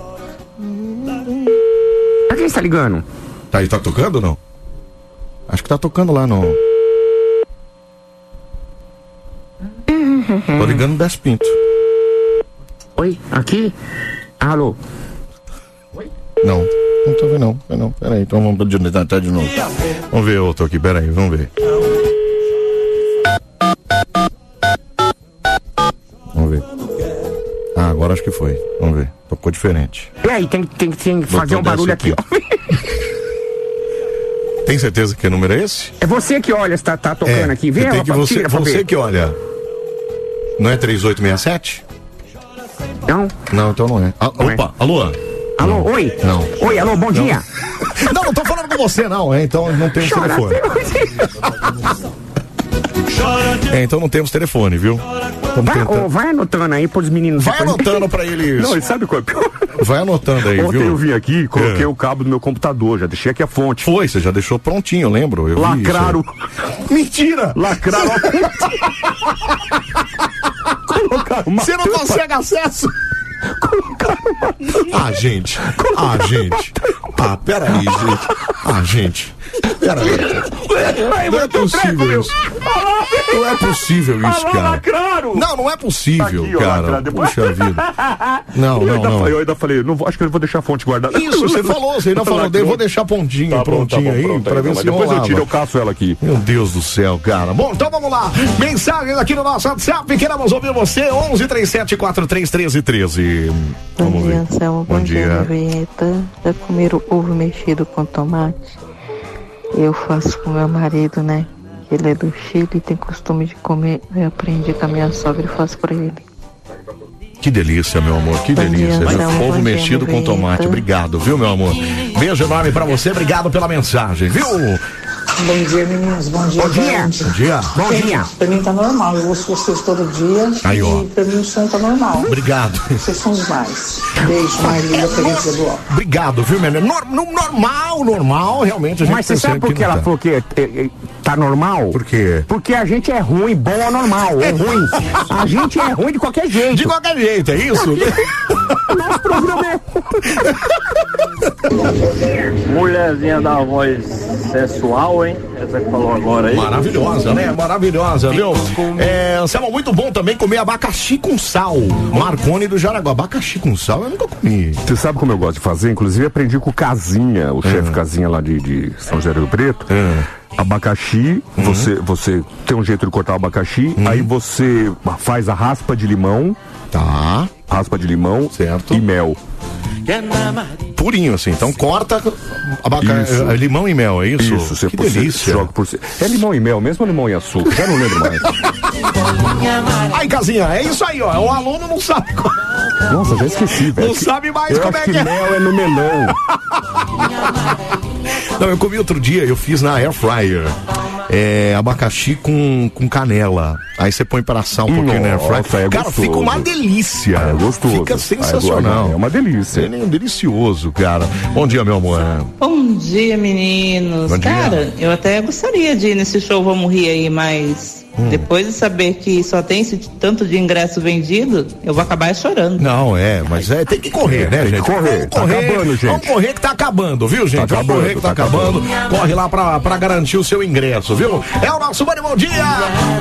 [SPEAKER 8] Pra quem você tá ligando?
[SPEAKER 3] Tá aí, tá tocando ou não? Acho que tá tocando lá no. Tô ligando 10 pinto.
[SPEAKER 8] Oi, aqui? Alô?
[SPEAKER 3] Não, não tô vendo não, não, peraí, então vamos de, tentar de novo. Vamos ver outro aqui, peraí, vamos ver. Vamos ver. Ah, agora acho que foi. Vamos ver. Tocou diferente.
[SPEAKER 8] E aí, tem, tem, tem que fazer
[SPEAKER 3] Botou
[SPEAKER 8] um barulho
[SPEAKER 3] dessa
[SPEAKER 8] aqui, ó.
[SPEAKER 3] Tem certeza que o número é esse?
[SPEAKER 8] É você que olha, está tá tocando aqui. Vê,
[SPEAKER 3] tem
[SPEAKER 8] rapaz,
[SPEAKER 3] É, que você,
[SPEAKER 8] tira pra
[SPEAKER 3] você
[SPEAKER 8] ver.
[SPEAKER 3] que olha. Não é 3867?
[SPEAKER 8] Não.
[SPEAKER 3] Não, então não é. Ah, opa, alô?
[SPEAKER 8] Alô, oi?
[SPEAKER 3] Não.
[SPEAKER 8] Oi, alô, bom
[SPEAKER 3] (laughs)
[SPEAKER 8] dia.
[SPEAKER 3] Não, não tô falando com você, não, é? Então não temos
[SPEAKER 25] Chora,
[SPEAKER 3] telefone. É, então não temos telefone, viu? Estamos
[SPEAKER 8] Vai,
[SPEAKER 3] tentando.
[SPEAKER 8] ô, vai anotando aí pros meninos.
[SPEAKER 3] Vai
[SPEAKER 8] depois. (laughs)
[SPEAKER 3] anotando pra eles.
[SPEAKER 8] Não, eles sabem qual é pior.
[SPEAKER 3] (laughs) Vai anotando aí,
[SPEAKER 8] Ontem
[SPEAKER 3] viu?
[SPEAKER 8] eu vim
[SPEAKER 6] aqui e coloquei
[SPEAKER 3] É.
[SPEAKER 6] o cabo do meu computador, já deixei aqui a fonte.
[SPEAKER 3] Foi, você já deixou prontinho, eu lembro. Eu vi isso.
[SPEAKER 6] Lacraram.
[SPEAKER 3] Mentira!
[SPEAKER 6] Lacraram. Colocaram uma
[SPEAKER 3] Você não
[SPEAKER 6] tampa.
[SPEAKER 3] consegue acesso? Ah, gente. Ah, gente. Ah, peraí, gente. Ah, gente. Peraí.
[SPEAKER 6] um
[SPEAKER 3] Não é
[SPEAKER 8] um
[SPEAKER 3] possível isso. Não é possível isso, cara. Não, não é possível,
[SPEAKER 6] Tá Aqui, ó,
[SPEAKER 3] cara.
[SPEAKER 6] lacrado, depois- (laughs)
[SPEAKER 3] Puxa vida. Não,
[SPEAKER 6] eu
[SPEAKER 3] não,
[SPEAKER 6] ainda
[SPEAKER 3] não.
[SPEAKER 6] falei- eu ainda falei, não vou- acho que eu vou deixar a fonte guardada.
[SPEAKER 3] Isso,
[SPEAKER 6] (laughs)
[SPEAKER 3] você falou, você ainda falou, eu vou deixar pontinho,
[SPEAKER 6] Tá bom,
[SPEAKER 3] prontinho
[SPEAKER 6] tá bom,
[SPEAKER 3] aí,
[SPEAKER 6] pronto,
[SPEAKER 3] pra ver
[SPEAKER 6] então, mas
[SPEAKER 3] se
[SPEAKER 6] Depois eu
[SPEAKER 3] rolava.
[SPEAKER 6] tiro, eu caço ela aqui.
[SPEAKER 3] Meu Deus do céu, cara. Bom, então vamos lá. Mensagens aqui no nosso WhatsApp. Queremos ouvir você. 11 37 43 13 13. Vamos
[SPEAKER 9] Bom dia,
[SPEAKER 3] ver.
[SPEAKER 9] Anselmo. Bom,
[SPEAKER 3] Bom
[SPEAKER 9] dia,
[SPEAKER 3] dia.
[SPEAKER 9] Vieta. Já comeram ovo mexido com tomate? Eu faço com meu marido, né? Ele é do Chile e tem costume de comer. Eu aprendi com a minha sogra e faço pra ele.
[SPEAKER 3] Que delícia, meu amor. Que
[SPEAKER 9] Bom
[SPEAKER 3] delícia.
[SPEAKER 9] dia,
[SPEAKER 3] viu?
[SPEAKER 9] Anselmo.
[SPEAKER 3] Ovo
[SPEAKER 9] Bom dia,
[SPEAKER 3] mexido com
[SPEAKER 9] Vieta.
[SPEAKER 3] tomate. Obrigado, viu, meu amor? Beijo enorme pra você. Obrigado pela mensagem, viu?
[SPEAKER 26] Bom dia, meninos. Bom dia.
[SPEAKER 3] Bom dia.
[SPEAKER 26] gente.
[SPEAKER 3] Bom dia. Bom
[SPEAKER 8] é?
[SPEAKER 26] Pra mim-
[SPEAKER 3] dia.
[SPEAKER 26] Pra mim tá normal. Eu ouço vocês todo dia.
[SPEAKER 3] Aí, ó.
[SPEAKER 26] E pra mim o som tá normal.
[SPEAKER 3] Obrigado.
[SPEAKER 26] Vocês são os mais. Beijo, Maria, Tereza do Ó.
[SPEAKER 3] Obrigado, viu, minha linda? Nor- no- Normal, normal, realmente. A gente
[SPEAKER 8] Mas você
[SPEAKER 3] percebe
[SPEAKER 8] sabe por que
[SPEAKER 3] não
[SPEAKER 8] ela
[SPEAKER 3] tá.
[SPEAKER 8] falou que eh, eh, tá normal? Por
[SPEAKER 3] quê?
[SPEAKER 8] Porque a gente é ruim, bom ou normal. É
[SPEAKER 6] (laughs)
[SPEAKER 8] ruim. A gente é ruim de qualquer jeito. De
[SPEAKER 3] qualquer jeito, é
[SPEAKER 8] (laughs)
[SPEAKER 3] isso?
[SPEAKER 8] Nosso programa é
[SPEAKER 5] Mulherzinha da voz sensual, hein? Essa que falou agora aí.
[SPEAKER 3] Maravilhosa, né? Maravilhosa, viu? É, Anselmo, muito bom também comer abacaxi com sal. Marconi do Jaraguá. Abacaxi com sal eu nunca comi.
[SPEAKER 6] (laughs) Você sabe como eu gosto de fazer? Inclusive aprendi com o Casinha,
[SPEAKER 8] É.
[SPEAKER 6] o chefe Casinha lá de, de São José do Rio Preto. Abacaxi,
[SPEAKER 8] Uhum.
[SPEAKER 6] você, você tem um jeito de cortar o abacaxi, aí você faz a raspa de limão.
[SPEAKER 3] Tá.
[SPEAKER 6] Raspa de limão
[SPEAKER 3] certo.
[SPEAKER 6] e mel.
[SPEAKER 3] Purinho assim. Então corta abaca...
[SPEAKER 6] Isso.
[SPEAKER 3] eh, limão e mel, é isso?
[SPEAKER 6] Isso, você
[SPEAKER 3] que
[SPEAKER 6] por- você
[SPEAKER 3] delícia.
[SPEAKER 8] (laughs)
[SPEAKER 6] joga por cima. É limão e mel, mesmo ou limão e açúcar? Já não lembro mais.
[SPEAKER 3] Aí, casinha, é isso aí, ó. O aluno não sabe. (laughs) co-
[SPEAKER 27] Nossa, já esqueci, velho.
[SPEAKER 3] Não sabe mais
[SPEAKER 27] Eu
[SPEAKER 3] como
[SPEAKER 27] acho
[SPEAKER 3] é que é.
[SPEAKER 27] mel é no melão.
[SPEAKER 3] Não, eu comi outro dia, eu fiz na air fryer. É, abacaxi com, com canela. Aí você põe pra assar um pouquinho na air
[SPEAKER 27] Nossa,
[SPEAKER 3] fryer.
[SPEAKER 27] é
[SPEAKER 3] Cara,
[SPEAKER 27] gostoso.
[SPEAKER 3] fica uma delícia.
[SPEAKER 27] É gostoso.
[SPEAKER 3] Fica sensacional.
[SPEAKER 27] É uma delícia.
[SPEAKER 3] É um delicioso, cara. Bom dia, meu amor.
[SPEAKER 9] Bom dia, meninos.
[SPEAKER 3] Bom dia.
[SPEAKER 9] Cara, eu até gostaria de ir nesse show Vamos Rir aí, mas
[SPEAKER 3] Hum.
[SPEAKER 9] depois de saber que só tem esse tanto de ingresso vendido, eu vou acabar chorando.
[SPEAKER 3] Não, é, mas é, tem que correr, né,
[SPEAKER 9] Tem que
[SPEAKER 3] gente?
[SPEAKER 9] correr,
[SPEAKER 3] Vamos
[SPEAKER 9] tá acabando, gente.
[SPEAKER 3] Vamos correr que tá acabando, viu, gente?
[SPEAKER 27] Tá
[SPEAKER 3] vamos correr que tá, acabando. Corre lá pra, pra garantir o seu ingresso, viu? É o nosso Band Bom Dia!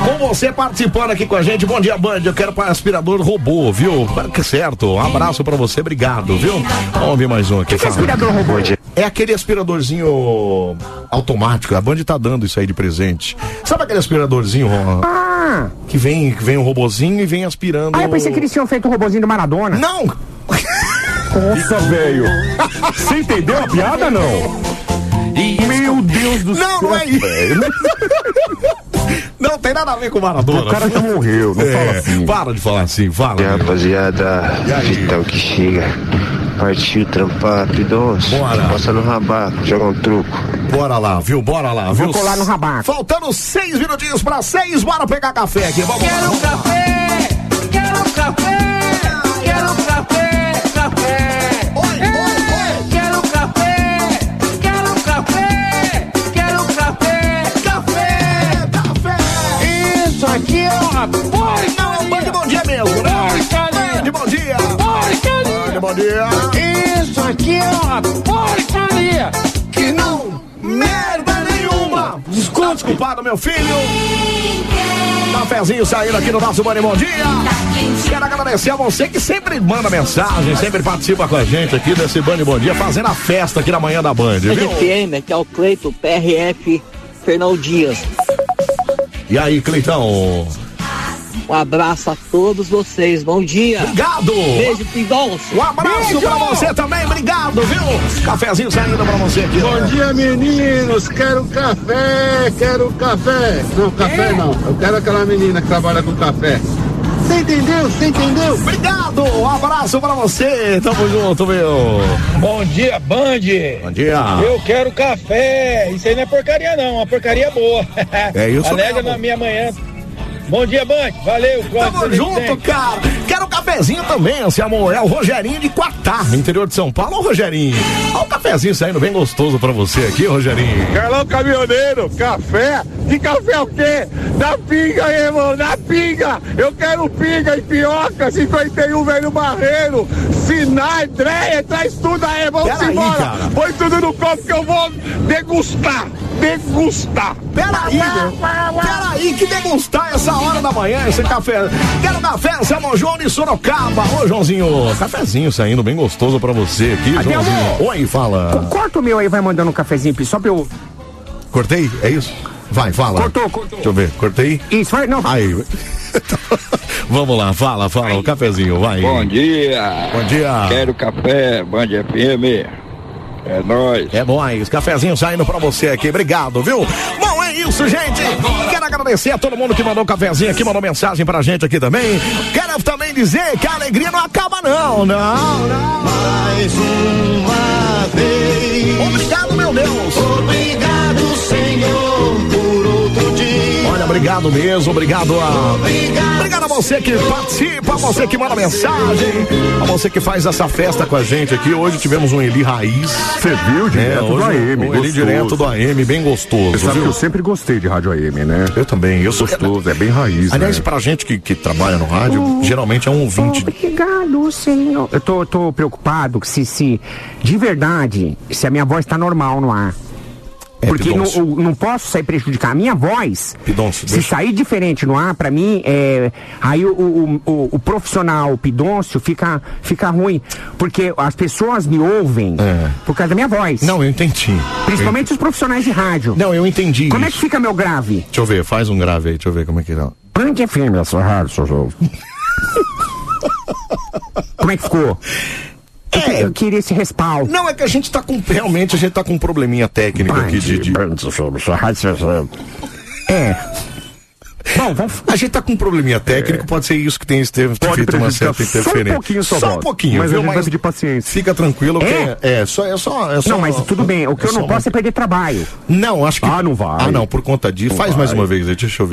[SPEAKER 3] Com você participando aqui com a gente. Bom dia, Band. Eu quero para aspirador robô, viu? Claro que certo. Um abraço pra você, obrigado, viu? Vamos ouvir mais um aqui.
[SPEAKER 27] que é aspirador robô?
[SPEAKER 3] É aquele aspiradorzinho automático. A Band tá dando isso aí de presente. Sabe aquele aspiradorzinho, Ron?
[SPEAKER 8] Ah,
[SPEAKER 3] Que vem, que vem um robozinho e vem aspirando.
[SPEAKER 8] ah, eu pensei que eles tinham feito o robozinho do Maradona.
[SPEAKER 3] Não! (laughs)
[SPEAKER 8] Nossa,
[SPEAKER 27] velho. Você entendeu a piada, não? Meu Deus do
[SPEAKER 3] Não,
[SPEAKER 27] céu.
[SPEAKER 3] não é isso.
[SPEAKER 27] velho.
[SPEAKER 3] Não tem nada a ver com o Maradona. É,
[SPEAKER 27] O cara já morreu, não fala assim.
[SPEAKER 3] Para de falar assim, fala.
[SPEAKER 1] E aí, rapaziada, vital que chega. Partiu, trampar, pidons.
[SPEAKER 3] Bora.
[SPEAKER 1] Passa no rabá, joga um truco.
[SPEAKER 3] Bora lá, viu? Bora lá, viu?
[SPEAKER 1] Vou colar no
[SPEAKER 3] rabaco. Faltando seis minutinhos pra seis, bora pegar café aqui. Vamos lá.
[SPEAKER 28] Quero café, quero café, café. Oi, oi, Quero café, quero café, quero café, café, café. Isso aqui é uma porcaria. Não, é um banho de bom dia mesmo, né? Porcaria. De bom dia. Porcaria. De bom dia. Isso aqui é uma porcaria. Que não merda nenhuma.
[SPEAKER 3] Desculpa, desculpado, meu filho. Cafezinho saindo aqui no nosso Bani Bom Dia. Quero agradecer a você que sempre manda mensagem, sempre participa com a gente aqui desse Bani Bom Dia, fazendo a festa aqui na manhã da Band, viu?
[SPEAKER 29] FM, aqui é o Cleito, PRF, Fernão Dias.
[SPEAKER 3] E aí, Cleitão?
[SPEAKER 29] Um abraço a todos vocês, bom dia.
[SPEAKER 3] Obrigado.
[SPEAKER 29] Beijo, Pindonço.
[SPEAKER 3] Um abraço pra você também, obrigado, viu? Cafezinho saindo pra você aqui. Bom dia, meninos. Quero café, quero café.
[SPEAKER 6] Não,
[SPEAKER 26] É?
[SPEAKER 6] café não. Eu quero aquela menina que trabalha com café.
[SPEAKER 3] Você entendeu? Você entendeu? Obrigado, um abraço pra você. Tamo junto, meu.
[SPEAKER 30] Bom dia, Band.
[SPEAKER 3] Bom dia.
[SPEAKER 30] Eu quero café. Isso aí não é porcaria, não. Uma porcaria boa.
[SPEAKER 3] É isso
[SPEAKER 30] Alegra
[SPEAKER 3] mesmo.
[SPEAKER 30] na minha manhã. Bom dia, Band. Valeu.
[SPEAKER 3] Tamo junto, cara. Quero um cafezinho também, esse amor. É o Rogerinho de Quatá, no interior de São Paulo. Ô, Rogerinho. Olha o cafezinho saindo bem gostoso pra você aqui, Rogerinho.
[SPEAKER 6] Carlão Caminhoneiro, café? Que café o quê? Da pinga, irmão, da pinga! Eu quero pinga e pioca, 51 velho barreiro, Sinai, Dreia, traz tudo aí, irmão,
[SPEAKER 3] Pera aí,
[SPEAKER 6] simbora!
[SPEAKER 3] cara.
[SPEAKER 6] Põe tudo no copo que eu vou degustar, degustar!
[SPEAKER 3] Peraí, peraí, que degustar essa hora da manhã, esse café. Quero café, seu amor, João de Sorocaba. Ô, Joãozinho, cafezinho saindo bem gostoso pra você aqui,
[SPEAKER 8] Adeus.
[SPEAKER 3] Joãozinho. Oi, fala.
[SPEAKER 8] Corta o meu aí, vai mandando um cafezinho, Pi, só pra eu.
[SPEAKER 3] Cortei? É isso? Vai, fala.
[SPEAKER 8] Cortou, cortou.
[SPEAKER 3] Deixa eu ver, cortei?
[SPEAKER 8] Isso, vai, não.
[SPEAKER 3] Aí. (laughs) Vamos lá, fala, fala, o cafezinho, vai.
[SPEAKER 31] Bom dia.
[SPEAKER 3] Bom
[SPEAKER 27] Ah.
[SPEAKER 3] dia.
[SPEAKER 31] Quero café, Band FM. É nóis.
[SPEAKER 3] É nóis. Cafezinho saindo pra você aqui. Obrigado, viu? Bom, é isso, gente. Quero agradecer a todo mundo que mandou um cafezinho aqui, mandou mensagem pra gente aqui também. Quero também dizer que a alegria não acaba, não. Não, não. Mais uma vez. Obrigado, meu Deus.
[SPEAKER 28] Obrigado, Senhor, por outro dia.
[SPEAKER 3] Olha, obrigado mesmo, obrigado a. Obrigado a você que participa, a você que manda mensagem, a você que faz essa festa com a gente aqui. Hoje tivemos um Eli Raiz. Você
[SPEAKER 27] viu? Direto do AM,
[SPEAKER 3] Um Eli
[SPEAKER 27] gostoso.
[SPEAKER 3] direto do AM, bem gostoso.
[SPEAKER 27] Você sabe
[SPEAKER 3] viu?
[SPEAKER 27] que eu sempre gostei de rádio AM, né?
[SPEAKER 3] Eu também, eu sou
[SPEAKER 27] gostoso, é bem raiz.
[SPEAKER 3] Aliás,
[SPEAKER 27] né?
[SPEAKER 3] pra gente que, que trabalha no rádio,
[SPEAKER 8] Hum.
[SPEAKER 3] geralmente é um ouvinte.
[SPEAKER 8] Obrigado, senhor. Eu tô, tô preocupado que se, se de verdade, se a minha voz tá normal no ar.
[SPEAKER 3] É,
[SPEAKER 8] Porque não,
[SPEAKER 3] Pidoncio.
[SPEAKER 8] eu não posso sair prejudicar a minha voz.
[SPEAKER 3] Pidoncio,
[SPEAKER 8] se
[SPEAKER 3] deixa-
[SPEAKER 8] sair diferente no ar, pra mim, é, aí o, o, o- o profissional pidôncio fica, fica ruim. Porque as pessoas me ouvem por causa da minha voz. Não,
[SPEAKER 3] É. eu entendi.
[SPEAKER 8] Principalmente os profissionais de rádio.
[SPEAKER 3] Não, eu entendi.
[SPEAKER 8] Como é que fica meu grave?
[SPEAKER 3] Deixa eu ver, faz um grave aí, deixa eu ver como é que tá.
[SPEAKER 8] Band FM, essa rádio, seu João. (laughs) Como é que ficou?
[SPEAKER 3] É.
[SPEAKER 8] Eu queria esse respaldo.
[SPEAKER 3] Não, é que a gente tá com. Realmente a gente tá com um probleminha técnico aqui de. de...
[SPEAKER 8] É.
[SPEAKER 3] Não, vamos. A gente tá com um probleminha técnico, pode ser isso que tem esteve
[SPEAKER 8] Pode
[SPEAKER 3] feito uma certa
[SPEAKER 8] prejudicar só um
[SPEAKER 3] interferência.
[SPEAKER 8] pouquinho só,
[SPEAKER 3] Só um
[SPEAKER 8] Bob.
[SPEAKER 3] pouquinho,
[SPEAKER 8] Mas a
[SPEAKER 3] viu?
[SPEAKER 8] gente vai pedir paciência.
[SPEAKER 3] Fica tranquilo, que
[SPEAKER 8] É?
[SPEAKER 3] é, é só, é só, é um só.
[SPEAKER 32] Não, mas tudo bem. O que eu não posso é perder trabalho.
[SPEAKER 3] Não, acho que. Ah, não vai. Ah, não, por conta disso.
[SPEAKER 32] Não
[SPEAKER 3] Faz mais
[SPEAKER 32] vai.
[SPEAKER 3] uma vez aí, deixa eu ver.